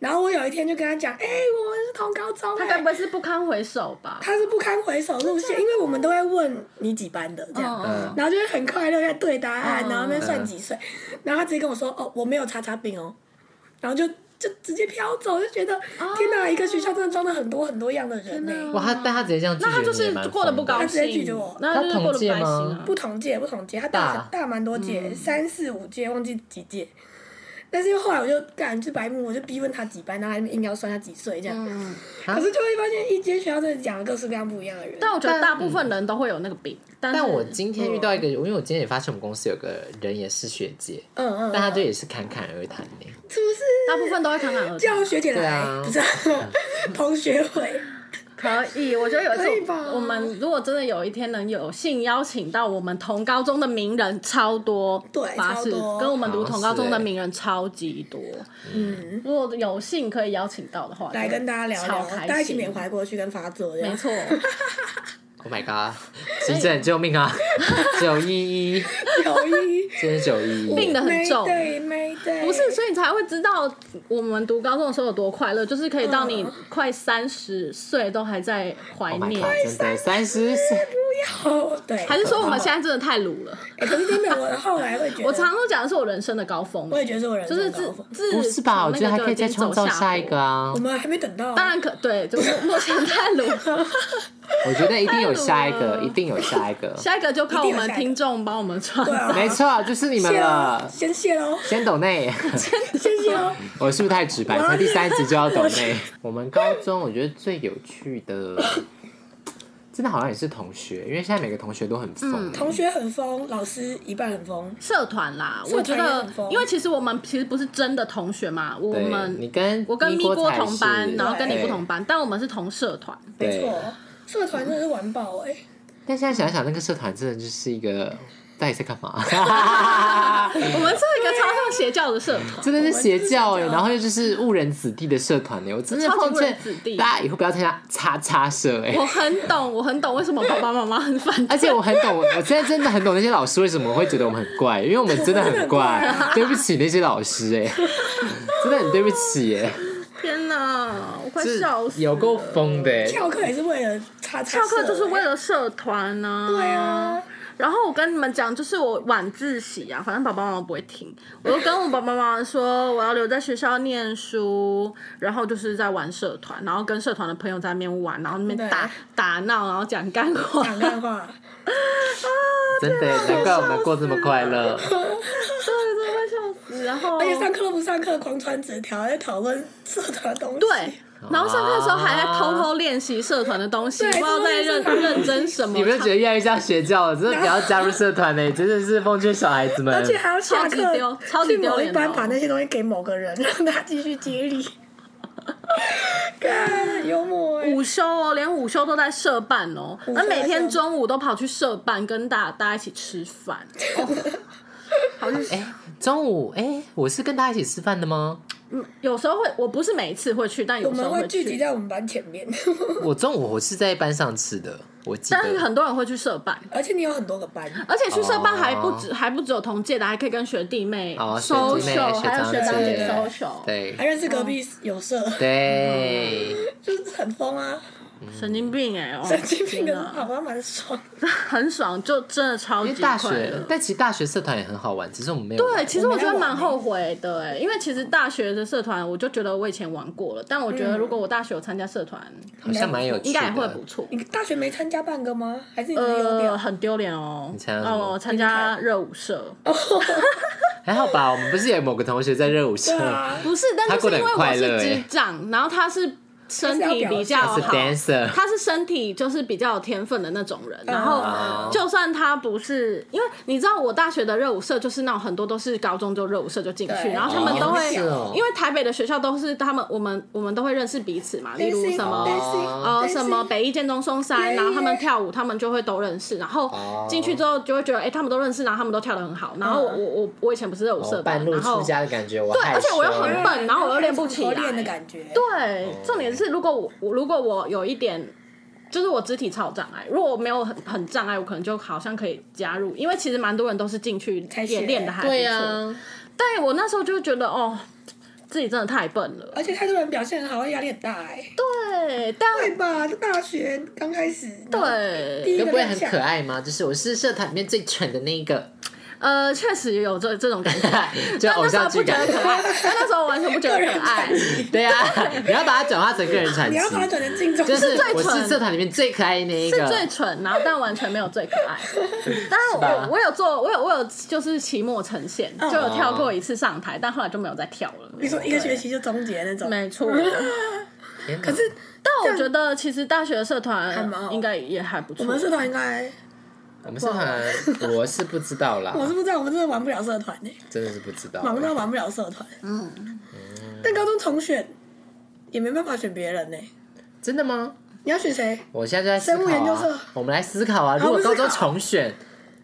Speaker 2: 然后我有一天就跟他讲，哎、我们是同高中、
Speaker 4: 他
Speaker 2: 欸，
Speaker 4: 该不会是不堪回首吧？
Speaker 2: 他是不堪回首路线，因为我们都会问你几班的这样，
Speaker 1: 呃
Speaker 4: 嗯，
Speaker 2: 然后就会很快乐在对答案，
Speaker 4: 嗯
Speaker 2: 然后那边算几岁，然后他直接跟我说，哦，我没有叉叉病哦，然后就就直接飘走，就觉得、
Speaker 4: 哦
Speaker 2: 天哪，一个学校真的装了很多很多样的人欸呢、
Speaker 1: 哇！他但他直接这样拒绝
Speaker 4: 那
Speaker 1: 你，
Speaker 4: 他就是
Speaker 1: 也蛮疯的
Speaker 4: 过得不高
Speaker 2: 他直接拒
Speaker 4: 兴
Speaker 2: 绝我，
Speaker 4: 那就是过得不开心
Speaker 1: 他同届
Speaker 4: 啊
Speaker 1: 吗。
Speaker 2: 不同届，不同届，他大
Speaker 1: 大
Speaker 2: 大蛮多届，
Speaker 4: 嗯
Speaker 2: 三四五届，忘记几届。但是后来我就干，就是白目，我就逼问他几班，然后他硬要算他几岁这样。
Speaker 4: 嗯，
Speaker 1: 啊
Speaker 2: 可是就会发现，一间学校真的讲了各式各样不一样的人。
Speaker 4: 但我觉得大部分人都会有那个病，但
Speaker 1: 但
Speaker 4: 是
Speaker 1: 我今天遇
Speaker 4: 嗯
Speaker 1: 到一个，因为我今天也发现我们公司有个人也是学姐，
Speaker 2: 嗯嗯，
Speaker 1: 但他就也是侃侃而谈呢。
Speaker 2: 是不是
Speaker 4: 大部分都会侃侃而谈。
Speaker 2: 叫学姐
Speaker 1: 对
Speaker 2: 来？
Speaker 1: 啊
Speaker 2: 不是、同学会。
Speaker 4: 可以，我觉得有一
Speaker 2: 可以
Speaker 4: 次
Speaker 2: 吧
Speaker 4: 我我们如果真的有一天能有幸邀请到我们同高中的名人超多，
Speaker 2: 对
Speaker 4: 巴士
Speaker 2: 超多
Speaker 4: 跟我们读同高中
Speaker 1: 好
Speaker 4: 的
Speaker 1: 是欸
Speaker 4: 名人超级多。嗯，如果有幸可以邀请到的话，
Speaker 2: 来跟大家聊聊
Speaker 4: 超，开心
Speaker 2: 大家一起缅怀过去跟发作这样。
Speaker 4: 没 错，
Speaker 1: Oh my god！急诊救命啊！九一一，
Speaker 2: 有意义。
Speaker 1: 今天是九一一，
Speaker 4: 病得很
Speaker 2: 没
Speaker 4: 重。
Speaker 2: 对，没对，
Speaker 4: 不是，所以你才会知道我们读高中的时候有多快乐，就是可以到你
Speaker 2: 嗯
Speaker 4: 快三十岁都还在怀
Speaker 1: Oh my
Speaker 4: 念。
Speaker 1: god！真的三十岁，
Speaker 2: 哦，对，
Speaker 4: 还是说我们现在真的太鲁了？
Speaker 2: 哎、可是真的，我后来会觉得，
Speaker 4: 我常常都讲的是我人生的高峰，
Speaker 2: 我也觉得是我人
Speaker 4: 就
Speaker 2: 生
Speaker 4: 是
Speaker 2: 的
Speaker 4: 自
Speaker 2: 高峰
Speaker 4: 自
Speaker 1: 不是吧？
Speaker 4: 从
Speaker 1: 我
Speaker 4: 那
Speaker 1: 觉得还
Speaker 4: 就
Speaker 1: 可以
Speaker 4: 已
Speaker 1: 再
Speaker 4: 经
Speaker 1: 创
Speaker 4: 走
Speaker 1: 造
Speaker 4: 下
Speaker 1: 下一
Speaker 4: 坡
Speaker 1: 个。啊
Speaker 2: 我！们还没等到、啊，
Speaker 4: 当然可对，就是目前太鲁了，
Speaker 1: 我觉得一定有下一
Speaker 4: 太鲁
Speaker 1: 个，
Speaker 4: 了
Speaker 1: 一定有下一个，
Speaker 4: 下一个就靠我
Speaker 2: 一定有
Speaker 4: 们
Speaker 2: 下一个
Speaker 4: 听众帮我们创
Speaker 2: 对
Speaker 4: 造。
Speaker 2: 啊，
Speaker 1: 没错，就是你们
Speaker 2: 谢喽，
Speaker 1: 了。
Speaker 2: 先谢喽，
Speaker 1: 先抖内，
Speaker 2: 先谢喽，
Speaker 1: 我是不是太直白？才第三集就要抖内。我们高中我觉得最有趣的，真的好像也是同学，因为现在每个同学都很
Speaker 4: 嗯
Speaker 1: 疯。
Speaker 2: 同学很疯，老师一半很疯，
Speaker 4: 社团啦，
Speaker 2: 社
Speaker 4: 我
Speaker 2: 团
Speaker 4: 觉
Speaker 2: 也
Speaker 4: 得
Speaker 2: 很，疯
Speaker 4: 因为其实我们其实不是真的同学嘛，我
Speaker 1: 对
Speaker 4: 们
Speaker 1: 你跟
Speaker 4: 我跟
Speaker 1: 咪
Speaker 4: 咪
Speaker 1: 锅
Speaker 4: 锅
Speaker 1: 才
Speaker 4: 同班，
Speaker 1: 是
Speaker 4: 然后跟你
Speaker 1: 对
Speaker 4: 不同班，但我们是同社团。
Speaker 2: 没
Speaker 1: 对
Speaker 2: 错，社团真的是完爆哎、
Speaker 1: 但现在想一想，那个社团真的就是一 个到底在干嘛？
Speaker 4: 我们是一个超像邪教的社 团，
Speaker 1: 真的是邪教哎、
Speaker 2: 我们就是邪教
Speaker 1: 然后又就是误人子弟的社团哎、我真的
Speaker 4: 超级
Speaker 1: 奉
Speaker 4: 误人
Speaker 1: 劝
Speaker 4: 子弟
Speaker 1: 大家以后不要参加叉叉社哎、
Speaker 4: 我很懂，我很懂为什么爸爸妈妈很反
Speaker 1: 而
Speaker 4: 对。
Speaker 1: 且我很懂，我现在真的很懂那些老师为什么会觉得我们很怪，因为我们真的很怪，对不起那些老师哎、 真的很对不起哎、
Speaker 4: 天哪，我快
Speaker 1: 是
Speaker 4: 笑死！
Speaker 1: 有够疯的、 欸，
Speaker 2: 翘课也是为了擦擦、
Speaker 4: 翘课就是为。了社团呢、
Speaker 2: 对啊，
Speaker 4: 然后我跟你们讲，就是我晚自习啊，反正爸爸妈妈不会听，我就跟我爸爸妈妈说我要留在学校念书，然后就是在玩社团，然后跟社团的朋友在那边玩，然后那边打
Speaker 2: 对
Speaker 4: 打闹，然后讲干话，
Speaker 2: 讲干话，
Speaker 1: 真的、欸，难怪我们过这么快乐。
Speaker 4: 对， 真的快笑死。然后
Speaker 2: 而且上课都不上课，狂传纸条在讨论社团的东西。
Speaker 4: 对，然后上课的时候还在偷偷练习社团的东西，不
Speaker 2: 对
Speaker 4: 知道在认认真什么。
Speaker 1: 你们觉得越来越像邪教了，真的不要加入社团嘞、欸 真的是奉劝小孩子们。
Speaker 2: 而且还要下
Speaker 4: 超级丢
Speaker 2: 课
Speaker 4: 超级
Speaker 2: 去
Speaker 4: 丢
Speaker 2: 某一
Speaker 4: 脸的哦
Speaker 2: 班把那些东西给某个人，让他继续接力。 看，很幽默哎、
Speaker 4: 午休哦，连午休都在社办哦，
Speaker 2: 午休
Speaker 4: 那每天中午都跑去社办跟大大家一起吃饭，
Speaker 1: 哎、中午哎、我是跟他一起吃饭的吗？
Speaker 4: 有时候会，我不是每一次会去，但
Speaker 2: 我
Speaker 4: 有时
Speaker 2: 们
Speaker 4: 候
Speaker 2: 会聚集
Speaker 4: 去。
Speaker 2: 在我们班前面，
Speaker 1: 我中午我是在班上吃的，我记
Speaker 4: 但是
Speaker 1: 得。
Speaker 4: 很多人会去社办，
Speaker 2: 而且你有很多个班，
Speaker 4: 而且去社办还不止，还不只有同届的，还可以跟学弟妹
Speaker 1: 哦，学
Speaker 4: social，
Speaker 1: 弟妹、
Speaker 4: 还有
Speaker 1: 长
Speaker 4: 学长姐
Speaker 1: 姐
Speaker 4: social，，
Speaker 2: 还
Speaker 1: 对
Speaker 2: 认识隔壁
Speaker 4: 嗯
Speaker 2: 有社，
Speaker 1: 对，
Speaker 2: 就是很疯啊，
Speaker 4: 神经病哎、哦，
Speaker 2: 神经病啊
Speaker 4: 天
Speaker 2: 的，
Speaker 4: 哪
Speaker 2: 好像蛮爽。
Speaker 4: 很爽，就真的超
Speaker 1: 因为
Speaker 4: 级
Speaker 1: 大
Speaker 4: 快乐
Speaker 1: 学，但其实大学社团也很好玩，只是我们没有玩。
Speaker 4: 对，其实我觉得蛮后悔的哎，因为其实大学的社团，我就觉得我以前玩过了，但我觉得如果我大学有参加社团，
Speaker 1: 好像蛮有趣的。
Speaker 4: 应该也会不错。
Speaker 2: 你大学没参加半个吗？还是你有
Speaker 4: 呃，
Speaker 2: 掉？
Speaker 4: 很丢脸哦！
Speaker 1: 参加什么
Speaker 4: 哦，参加热舞社，
Speaker 1: 还好吧？我们不是有某个同学在热舞社
Speaker 2: 对， 啊，
Speaker 4: 不是，但就是因为我是智障，然后他是身体比较
Speaker 1: 他
Speaker 4: 好
Speaker 1: 是，dancer，
Speaker 4: 他是身体就是比较有天分的那种人，
Speaker 1: 嗯
Speaker 4: 然
Speaker 1: 哦
Speaker 4: 后就算他不是，因为你知道我大学的热舞社就是那种很多都是高中就热舞社就进去，
Speaker 2: 对
Speaker 4: 然后他们都
Speaker 1: 哦
Speaker 4: 会，
Speaker 1: 是哦
Speaker 4: 因为台北的学校都是他们我们我们都会认识彼此嘛，例如什么。
Speaker 2: 哦
Speaker 4: 呃，什么北一建中松山，然后他们跳舞，他们就会都认识，然后
Speaker 1: 哦
Speaker 4: 进去之后就会觉得，哎、他们都认识，然后他们都跳得很好，然后我
Speaker 2: 嗯
Speaker 4: 我我我以前不是热舞社
Speaker 1: 哦
Speaker 4: 的，
Speaker 1: 半路
Speaker 4: 然后
Speaker 1: 出家的感觉，我
Speaker 4: 对
Speaker 1: 害
Speaker 4: 而且我又
Speaker 1: 羞
Speaker 2: 嗯
Speaker 4: 很笨然后我又练不起来
Speaker 2: 练的感觉。
Speaker 4: 对，重点是如果我我如果我有一点，就是我肢体超有障碍，如果我没有很很障碍，我可能就好像可以加入，因为其实蛮多人都是进去
Speaker 2: 才学
Speaker 4: 也练的还不
Speaker 1: 对
Speaker 4: 错，
Speaker 1: 呀，
Speaker 4: 啊但我那时候就觉得哦，自己真的太笨了，
Speaker 2: 而且太多人表现很好，压力很大哎、
Speaker 4: 对，但
Speaker 2: 对吧？大学刚开始，
Speaker 4: 对，啊
Speaker 2: 第一
Speaker 1: 会
Speaker 2: 个
Speaker 1: 不会很
Speaker 2: 印象
Speaker 1: 可爱吗？就是我是社团里面最蠢的那一个，
Speaker 4: 呃，确实有这这种感 觉，
Speaker 1: 就
Speaker 4: 但
Speaker 1: 偶
Speaker 4: 那时
Speaker 1: 像
Speaker 4: 候
Speaker 1: 剧
Speaker 4: 不觉
Speaker 1: 感
Speaker 4: 得可爱，但那时候完全不觉得可 爱，
Speaker 1: 对啊，你要把它转化成个人传
Speaker 2: 你
Speaker 1: 奇
Speaker 2: 要，把它转成镜中，
Speaker 1: 就是
Speaker 4: 最
Speaker 1: 我
Speaker 4: 蠢
Speaker 1: 是社团里面最可爱的那一
Speaker 4: 是
Speaker 1: 个，
Speaker 4: 最蠢，然后但完全没有最可 爱。但
Speaker 1: 吧
Speaker 4: 我我有做，我有我有就是期末呈现，就有跳过一次上台，但后来就没有再跳了。
Speaker 2: 你说一个学期就终结那种，
Speaker 4: 没 错，
Speaker 1: 天哪
Speaker 2: 可是
Speaker 4: 但我觉得其实大学社
Speaker 2: 还蛮
Speaker 4: 团
Speaker 2: 好
Speaker 4: 应该也还不
Speaker 2: 我
Speaker 4: 错。
Speaker 2: 们社团应该，
Speaker 1: 我们社团我是不知道啦，
Speaker 2: 我是不知道，我们真的玩不了社团呢、欸
Speaker 1: 真的是不知道，
Speaker 2: 忙到玩不了社团。嗯，但高中重选也没办法选别人呢、
Speaker 1: 真的吗？
Speaker 2: 你要选谁？
Speaker 1: 我现在就在思
Speaker 2: 生物研
Speaker 1: 考
Speaker 2: 究
Speaker 1: 啊
Speaker 2: 社，
Speaker 1: 我们来思考啊。如
Speaker 2: 我
Speaker 1: 果
Speaker 2: 们
Speaker 1: 高中
Speaker 2: 思考
Speaker 1: 重选，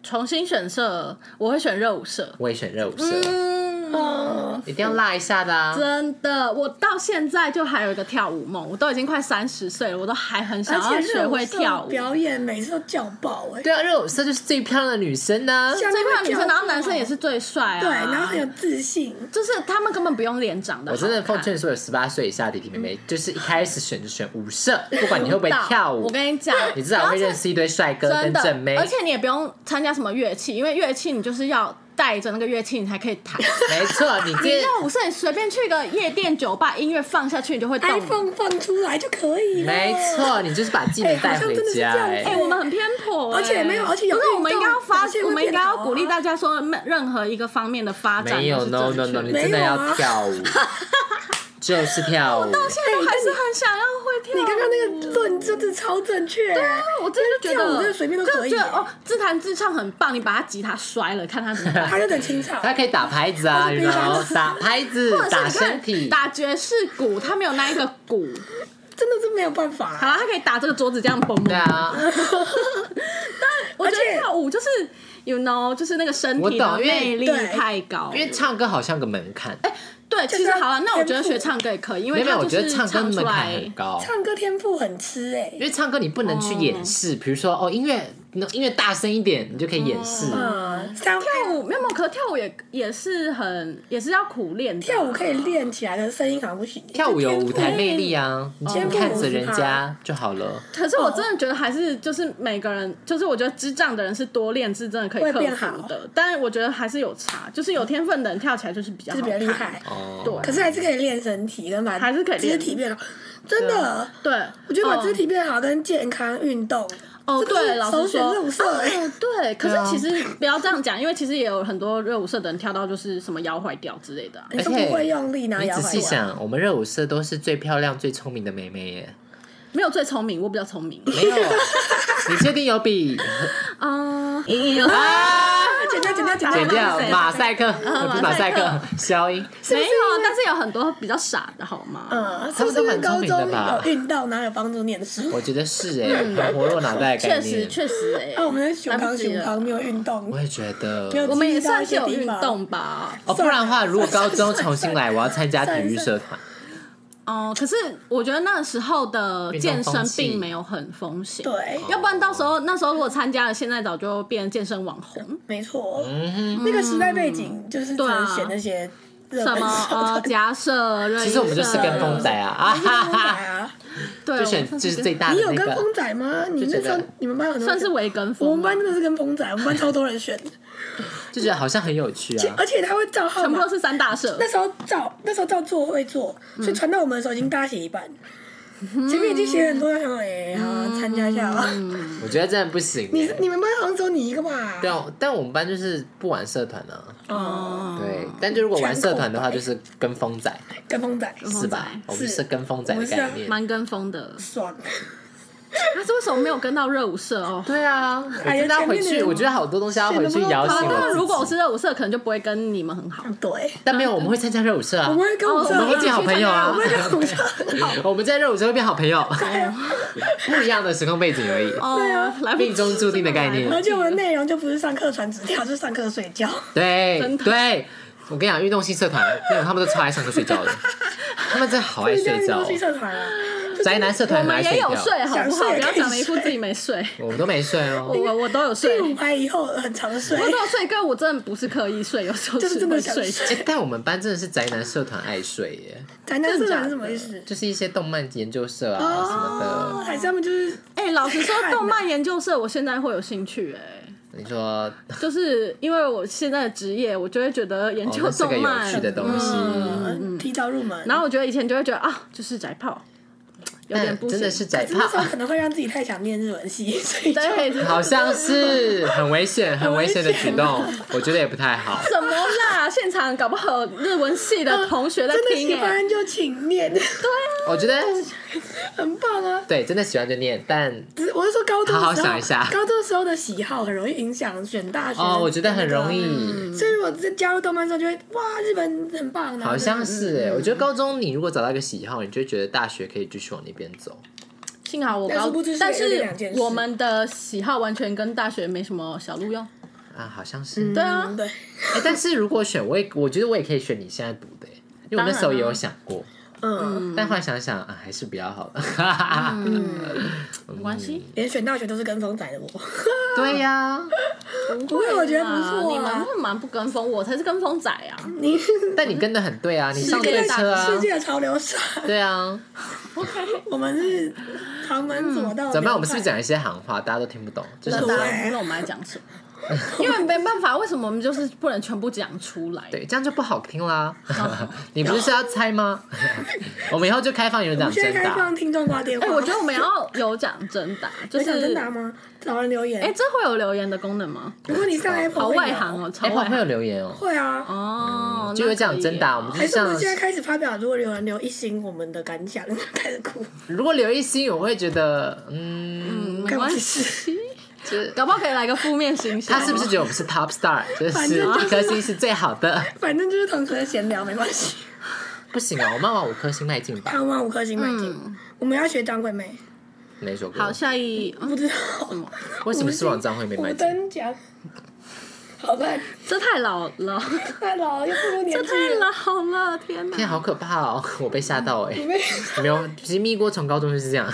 Speaker 4: 重新选社，我会选热舞社。
Speaker 1: 我也选热舞社，
Speaker 4: 嗯
Speaker 2: 哦，
Speaker 1: 一定要拉一下的啊。
Speaker 4: 真的，我到现在就还有一个跳舞梦，我都已经快三十岁了，我都还很想要
Speaker 2: 而且
Speaker 4: 学
Speaker 2: 热舞
Speaker 4: 会
Speaker 2: 社
Speaker 4: 跳舞。
Speaker 2: 表演，每次都叫爆哎、
Speaker 1: 对啊，热舞社就是最漂亮的女生呢、
Speaker 2: 像
Speaker 4: 最漂亮女生，
Speaker 2: 那个叫
Speaker 4: 然后男生也是最帅啊。
Speaker 2: 对，然后很有自信，
Speaker 4: 就是他们根本不用脸长得
Speaker 1: 我
Speaker 4: 好
Speaker 1: 真
Speaker 4: 看。
Speaker 1: 的奉劝所有十八岁以下的弟弟妹
Speaker 4: 嗯
Speaker 1: 妹，就是一开始选就选舞社，不管你会不会跳舞，
Speaker 4: 我跟你讲，
Speaker 1: 你至少会认识一堆帅哥
Speaker 4: 真
Speaker 1: 跟
Speaker 4: 的
Speaker 1: 正妹，
Speaker 4: 而且你也不用参加什么乐器，因为乐器你就是要带着那个乐器你才可以弹。
Speaker 1: 没错，
Speaker 2: 啊
Speaker 1: 你
Speaker 4: 你
Speaker 1: 这
Speaker 4: 热舞社，你随便去一个夜店、酒吧，音乐放下去，你就会动了。
Speaker 2: iPhone 放出来就可以了。
Speaker 1: 没 错，你就是把技能带回家、
Speaker 2: 哎好像真的是这样
Speaker 4: 哎、
Speaker 1: 哎
Speaker 2: 子
Speaker 4: 我们很偏颇、哎
Speaker 2: 而且没有而且有
Speaker 4: 不是
Speaker 2: 运，动
Speaker 4: 我们应该要发
Speaker 2: 而且，会
Speaker 4: 我们应该要
Speaker 2: 变好啊
Speaker 4: 鼓励大家说，任何一个方面的发展
Speaker 1: 没有
Speaker 4: 都是
Speaker 1: ，no
Speaker 4: 正确
Speaker 1: no no，
Speaker 4: 的
Speaker 1: 你
Speaker 2: 没有
Speaker 1: 真的要
Speaker 2: 啊
Speaker 1: 跳舞， 就是跳舞。
Speaker 4: 到现在都还是很想要会跳舞。
Speaker 2: 你刚刚那个论真的超正确、
Speaker 1: 啊
Speaker 4: 我真的就觉
Speaker 2: 跳舞
Speaker 4: 得，
Speaker 2: 真的随便都可以
Speaker 4: 就觉得哦，自弹自唱很棒，你把他吉他摔了，看他怎么 办。
Speaker 2: 他就等清场。
Speaker 1: 他可以打拍子啊，
Speaker 2: 他是
Speaker 1: 然后
Speaker 2: 冰箱
Speaker 1: 打拍子
Speaker 4: 或者、是
Speaker 1: 打
Speaker 2: 啊
Speaker 4: 你看
Speaker 1: 身体，
Speaker 4: 打爵士鼓，他没有那一个鼓。
Speaker 2: 真的是没有办法、
Speaker 4: 好了，他可以打这个桌子这样嘣嘣。
Speaker 1: 对啊，
Speaker 4: 我觉
Speaker 2: 而且
Speaker 4: 得跳舞就是，you know，就是那个身
Speaker 1: 我
Speaker 4: 体
Speaker 1: 懂
Speaker 4: 的
Speaker 1: 因为
Speaker 4: 魅力
Speaker 2: 对
Speaker 4: 太高。
Speaker 1: 因为唱歌好像个门槛，
Speaker 4: 对，其实
Speaker 2: 就是
Speaker 4: 好了，那我觉得
Speaker 2: 天赋
Speaker 4: 学唱歌也可以，因
Speaker 1: 没有
Speaker 4: 为
Speaker 1: 没有，
Speaker 4: 他
Speaker 1: 我
Speaker 4: 哎就
Speaker 1: 觉得
Speaker 4: 是
Speaker 1: 唱歌
Speaker 4: 出
Speaker 1: 门槛
Speaker 4: 来
Speaker 1: 很。高。
Speaker 2: 唱歌天赋很吃哎、
Speaker 1: 因为唱歌你不能去掩饰，比如说哦，音乐那音乐大声一点，你就可以掩饰。
Speaker 2: 嗯，跳
Speaker 4: 跳舞没有，没有可是跳舞也也是很也是要苦练的。
Speaker 2: 跳舞可以练起来，可是声音好像不行。
Speaker 1: 跳舞有舞台魅力啊，你
Speaker 2: 天赋
Speaker 1: 看着人家就好了。
Speaker 4: 可是我真的觉得还是就是每个人，就是我觉得智障的人是多练是真的可以
Speaker 2: 会
Speaker 4: 克
Speaker 2: 变
Speaker 4: 服
Speaker 2: 好
Speaker 4: 的，但是我觉得还是有差，就是有天分的人跳起来就是比较
Speaker 2: 就
Speaker 4: 好
Speaker 2: 是比较厉
Speaker 4: 看，
Speaker 2: 害。
Speaker 1: 哦，
Speaker 4: 对
Speaker 2: 可是还是可以练身体，跟把
Speaker 4: 还是可以
Speaker 2: 肢
Speaker 4: 练
Speaker 2: 体变好，真的。
Speaker 4: 对，
Speaker 2: 我觉得把
Speaker 4: 哦
Speaker 2: 肢体变好跟健康运动，
Speaker 4: 哦，
Speaker 2: 这个是
Speaker 4: 对，老
Speaker 2: 首
Speaker 4: 师
Speaker 2: 选
Speaker 4: 说，
Speaker 2: 热舞社哎
Speaker 4: 哦，对，可
Speaker 1: 对啊
Speaker 4: 是其实不要这样讲，因为其实也有很多热舞社的人跳到就是什么腰坏掉之类的啊、
Speaker 2: 你说不会用力，然后
Speaker 1: 你
Speaker 2: 摇
Speaker 1: 仔
Speaker 2: 摆
Speaker 1: 细
Speaker 2: 摇。
Speaker 1: 想，我们热舞社都是最漂亮、最聪明的妹妹耶。
Speaker 4: 没有最聪明，我比较聪明
Speaker 1: 没有，你确定有比
Speaker 4: 啊，
Speaker 1: 啊？
Speaker 2: 剪掉，剪掉，剪掉，
Speaker 1: 剪掉
Speaker 4: 谁
Speaker 1: 马赛克，呃不是马赛克，消音。
Speaker 4: 没有，啊但是有很多比较傻的好吗？
Speaker 2: 嗯，是不是因为高
Speaker 1: 他们都蛮聪明
Speaker 2: 中
Speaker 1: 的吧
Speaker 2: 有运动，然后有帮助念书？
Speaker 1: 我觉得是哎，很活络脑袋的概
Speaker 4: 确实
Speaker 1: 念。
Speaker 4: 确实哎、
Speaker 2: 啊，我们的熊
Speaker 4: 来
Speaker 2: 康
Speaker 4: 不及
Speaker 2: 熊
Speaker 4: 了
Speaker 2: 康没有运动
Speaker 1: 我，也觉得
Speaker 2: 没有
Speaker 4: 我们也
Speaker 2: 注意到
Speaker 4: 算
Speaker 2: 一
Speaker 4: 是
Speaker 2: 些
Speaker 4: 有
Speaker 2: 地
Speaker 4: 运
Speaker 2: 方
Speaker 4: 动吧。
Speaker 1: 哦，不然的话，如果高中重新来，我要参加体育社团。
Speaker 4: 哦、可是我觉得那时候的健身并没有很风险，
Speaker 2: 对，
Speaker 4: 要不然到时候那时候如果参加了，现在早就变健身网红，
Speaker 2: 没错，那个时代背景就是只能选那些热
Speaker 4: 什
Speaker 2: 门
Speaker 4: 么呃
Speaker 2: 小众
Speaker 4: 假设，热
Speaker 1: 其实我们就是跟风仔啊，啊哈
Speaker 2: 风仔
Speaker 1: 哈，
Speaker 2: 啊。
Speaker 4: 对，
Speaker 1: 就
Speaker 4: 我
Speaker 1: 选
Speaker 4: 们
Speaker 1: 就是最大
Speaker 2: 你
Speaker 1: 的
Speaker 2: 有
Speaker 1: 那
Speaker 2: 跟
Speaker 1: 个。
Speaker 2: 风仔吗？你
Speaker 1: 就觉
Speaker 2: 那时候
Speaker 1: 得
Speaker 2: 你们班很多人
Speaker 4: 算是围跟风啊，
Speaker 2: 我们班真的是跟风仔，我们班超多人选，
Speaker 1: 就觉得好像很有趣啊。
Speaker 2: 而且他会照号
Speaker 4: 全部
Speaker 2: 码
Speaker 4: 都。是三大社
Speaker 2: 那。时候照那时候照做会做，
Speaker 1: 嗯
Speaker 2: 所以传到我们的时候已经大家写一半，前面已经写很多人想说哎，好参加一下啊。
Speaker 1: 我觉得真的不行
Speaker 2: 你
Speaker 1: 欸。
Speaker 2: 你们班好像只有你一个吧？
Speaker 1: 嗯对啊，但我们班就是不玩社团呢。
Speaker 2: 哦，
Speaker 4: 嗯
Speaker 1: 对，但就如果玩社团的话，
Speaker 2: 全口
Speaker 1: 就
Speaker 2: 白
Speaker 1: 是跟风仔，
Speaker 2: 跟风仔
Speaker 4: 风
Speaker 1: 是吧
Speaker 4: 仔？
Speaker 1: 我们
Speaker 2: 是
Speaker 1: 是跟风仔的
Speaker 2: 我是
Speaker 1: 概
Speaker 2: 啊
Speaker 1: 念。
Speaker 4: 蛮跟风的，
Speaker 2: 爽，
Speaker 4: 他是为什么没有跟到热舞社哦？
Speaker 1: 对啊，我
Speaker 2: 哎呀
Speaker 1: 真的要回
Speaker 2: 前面的
Speaker 1: 去，
Speaker 2: 人
Speaker 1: 我觉得好多东西要回去
Speaker 2: 显得不
Speaker 1: 摇
Speaker 2: 够
Speaker 1: 醒
Speaker 4: 好
Speaker 2: 高
Speaker 1: 我
Speaker 4: 那
Speaker 1: 自己
Speaker 4: 如果我是热舞社，可能就不会跟你们很好。
Speaker 2: 对，
Speaker 1: 但没有，我们会参加热舞社啊
Speaker 2: 我，们会跟我
Speaker 4: 哦
Speaker 2: 们
Speaker 1: 我们会
Speaker 2: 社
Speaker 1: 变好朋友啊
Speaker 2: 我，们会跟我们社
Speaker 1: 我们在热舞社会变好朋友， 不一样的时空背景而已，
Speaker 4: 哦，
Speaker 2: 对啊
Speaker 4: 来不及
Speaker 1: 命中注定的概念
Speaker 2: 而。且我的内容就不是上课传纸条，就是上课睡觉。
Speaker 1: 对
Speaker 4: 真的
Speaker 1: 对，我跟你讲，运动性社团，那种他们都超爱上课睡觉的，他们真的好爱睡觉
Speaker 2: 东
Speaker 1: 哦，
Speaker 2: 西社团啊，
Speaker 1: 宅男社
Speaker 4: 我
Speaker 1: 团很爱
Speaker 4: 们
Speaker 1: 睡
Speaker 4: 也有
Speaker 1: 觉，
Speaker 4: 睡，啊好不好？
Speaker 2: 想睡
Speaker 4: 不
Speaker 2: 也可
Speaker 4: 要
Speaker 2: 以
Speaker 4: 讲了一副自己没睡。
Speaker 1: 我们都没睡哦
Speaker 4: 我。我我都有睡
Speaker 2: 第，五排以后很常睡
Speaker 4: 我，都有睡，哥，我真的不是刻意睡，有时候
Speaker 2: 就是真
Speaker 4: 会
Speaker 2: 的想
Speaker 4: 睡。
Speaker 1: 哎、但我们班真的是宅男社团爱睡耶，
Speaker 2: 宅男社团是什么意思？
Speaker 1: 就是一些动漫研究社啊什么的。
Speaker 2: 哦，还是他们就是
Speaker 4: 哎，老实说
Speaker 2: 看，啊
Speaker 4: 动漫研究社我现在会有兴趣哎。
Speaker 1: 你说
Speaker 4: 就是因为我现在的职业，我就会觉得研
Speaker 1: 哦
Speaker 4: 究
Speaker 1: 那是个
Speaker 4: 动漫，
Speaker 1: 有趣的东西
Speaker 2: 嗯提早入门，
Speaker 4: 然后我觉得以前就会觉得啊，就是宅炮，有点
Speaker 1: 但
Speaker 4: 不
Speaker 1: 嗯真的
Speaker 4: 行
Speaker 1: 是宅
Speaker 2: 只是那时候
Speaker 1: 怕，
Speaker 2: 可能会让自己太想念日 文系，所以就
Speaker 4: 对，就是
Speaker 1: 好像是很危险、很危险的
Speaker 2: 很危险
Speaker 1: 举动，我觉得也不太好。
Speaker 4: 怎么啦？现场搞不好日文系的同学在
Speaker 2: 真的喜
Speaker 4: 听
Speaker 1: 欸
Speaker 4: 哎、
Speaker 2: 欢就请念，
Speaker 1: 我觉得
Speaker 2: 很棒啊。
Speaker 1: 对，真的喜欢就念，但
Speaker 2: 只是我是说高中的时候，
Speaker 1: 好好想一下
Speaker 2: 高中时候的喜好很容易影响选大学。
Speaker 1: 哦，我觉得很容。易，
Speaker 2: 所以如果在加入动漫社，就会哇，日本很棒，然后
Speaker 1: 好像欸
Speaker 2: 就是嗯
Speaker 1: 哎、我觉得高中你如果找到一个喜好，你就会觉得大学可以继续往那边走。
Speaker 4: 幸好我
Speaker 2: 但
Speaker 4: 高
Speaker 2: 殊不知，是
Speaker 4: 但
Speaker 2: 有点
Speaker 4: 是
Speaker 2: 两件事
Speaker 4: 我们的喜好完全跟大学没什么小路用。
Speaker 1: 啊，好像是。
Speaker 4: 对啊，
Speaker 2: 嗯，对，
Speaker 1: 哎，但是如果选，我也我觉得我也可以选你现在读的，欸因为我那时候也有想过，
Speaker 2: 啊嗯，
Speaker 1: 但后来想想啊，还是比较好了。
Speaker 4: 没关系，
Speaker 2: 连选大学都是跟风仔的我，
Speaker 1: 对呀，
Speaker 4: 不
Speaker 2: 会我觉得 不
Speaker 4: 啦
Speaker 2: 错
Speaker 4: 你
Speaker 2: 啊
Speaker 4: 蛮蛮不跟风，我才是跟风仔啊！
Speaker 2: 你
Speaker 1: 但你跟的很对啊，你上对车啊，
Speaker 2: 世界的潮流傻，
Speaker 1: 对啊。
Speaker 2: 我们是旁门左道。
Speaker 1: 嗯怎么办？我们是不是？讲一些行话，大家都听不懂？就是
Speaker 4: 那
Speaker 1: 很
Speaker 4: 我
Speaker 2: 对
Speaker 1: 烦
Speaker 4: 们那我们来讲 什么？因为没办法，为什么我们就是不能全部讲出来？
Speaker 1: 对，这样就不好听啦。
Speaker 2: 哦
Speaker 1: 你不是要猜 吗？我们以后就开放有人讲
Speaker 2: 现在
Speaker 1: 真啊
Speaker 2: 开
Speaker 1: 答
Speaker 2: 放，听众挂电话。
Speaker 4: 哎、我觉得我们要有讲真答，就
Speaker 2: 有
Speaker 4: 是
Speaker 2: 想真答吗？找人留言。
Speaker 4: 哎、这会有留言的功能吗？
Speaker 2: 如果你上 Apple，
Speaker 4: 好
Speaker 2: 会有
Speaker 4: 外行哦，超
Speaker 1: 哎，
Speaker 4: 外
Speaker 1: 会有
Speaker 4: 行
Speaker 1: 留言哦。
Speaker 2: 会啊。
Speaker 4: 哦，
Speaker 1: 就有讲真答，
Speaker 4: 那
Speaker 1: 我
Speaker 4: 可
Speaker 1: 们
Speaker 4: 以啊
Speaker 1: 就是
Speaker 2: 还是我
Speaker 1: 像
Speaker 2: 们现在开始发表，如果有人留一星，我们的感想 开始哭，
Speaker 1: 如果留一星，我会觉得，嗯，
Speaker 4: 嗯没
Speaker 2: 干我
Speaker 4: 关
Speaker 2: 屁
Speaker 4: 系，
Speaker 2: 事。
Speaker 1: 就是
Speaker 4: 搞不好可以来个负面形象。
Speaker 1: 他是不是觉得我们是
Speaker 4: 啊
Speaker 1: top star，就
Speaker 2: 反
Speaker 1: 是
Speaker 2: 正就是
Speaker 1: 一颗星是最好的？
Speaker 2: 反正就是同学闲聊，没关系。
Speaker 1: 不行啊，我慢慢往五颗星迈进吧。
Speaker 2: 他们五颗星买进，我们要学张惠妹，
Speaker 1: 哪首歌？
Speaker 4: 好？下一、嗯
Speaker 2: 不知道
Speaker 4: 什么？
Speaker 1: 为什么是往张惠妹迈
Speaker 2: 五
Speaker 1: 进？
Speaker 2: 等奖，好吧，
Speaker 4: 这太老了，
Speaker 2: 太老了，又不如 年
Speaker 4: 这
Speaker 2: 纪
Speaker 4: 太
Speaker 2: 了。
Speaker 4: 老了，天哪！
Speaker 1: 天啊，好可怕 哦！我被吓到哎、
Speaker 2: 你们
Speaker 1: 没有，其实咪锅从高中就是 这样，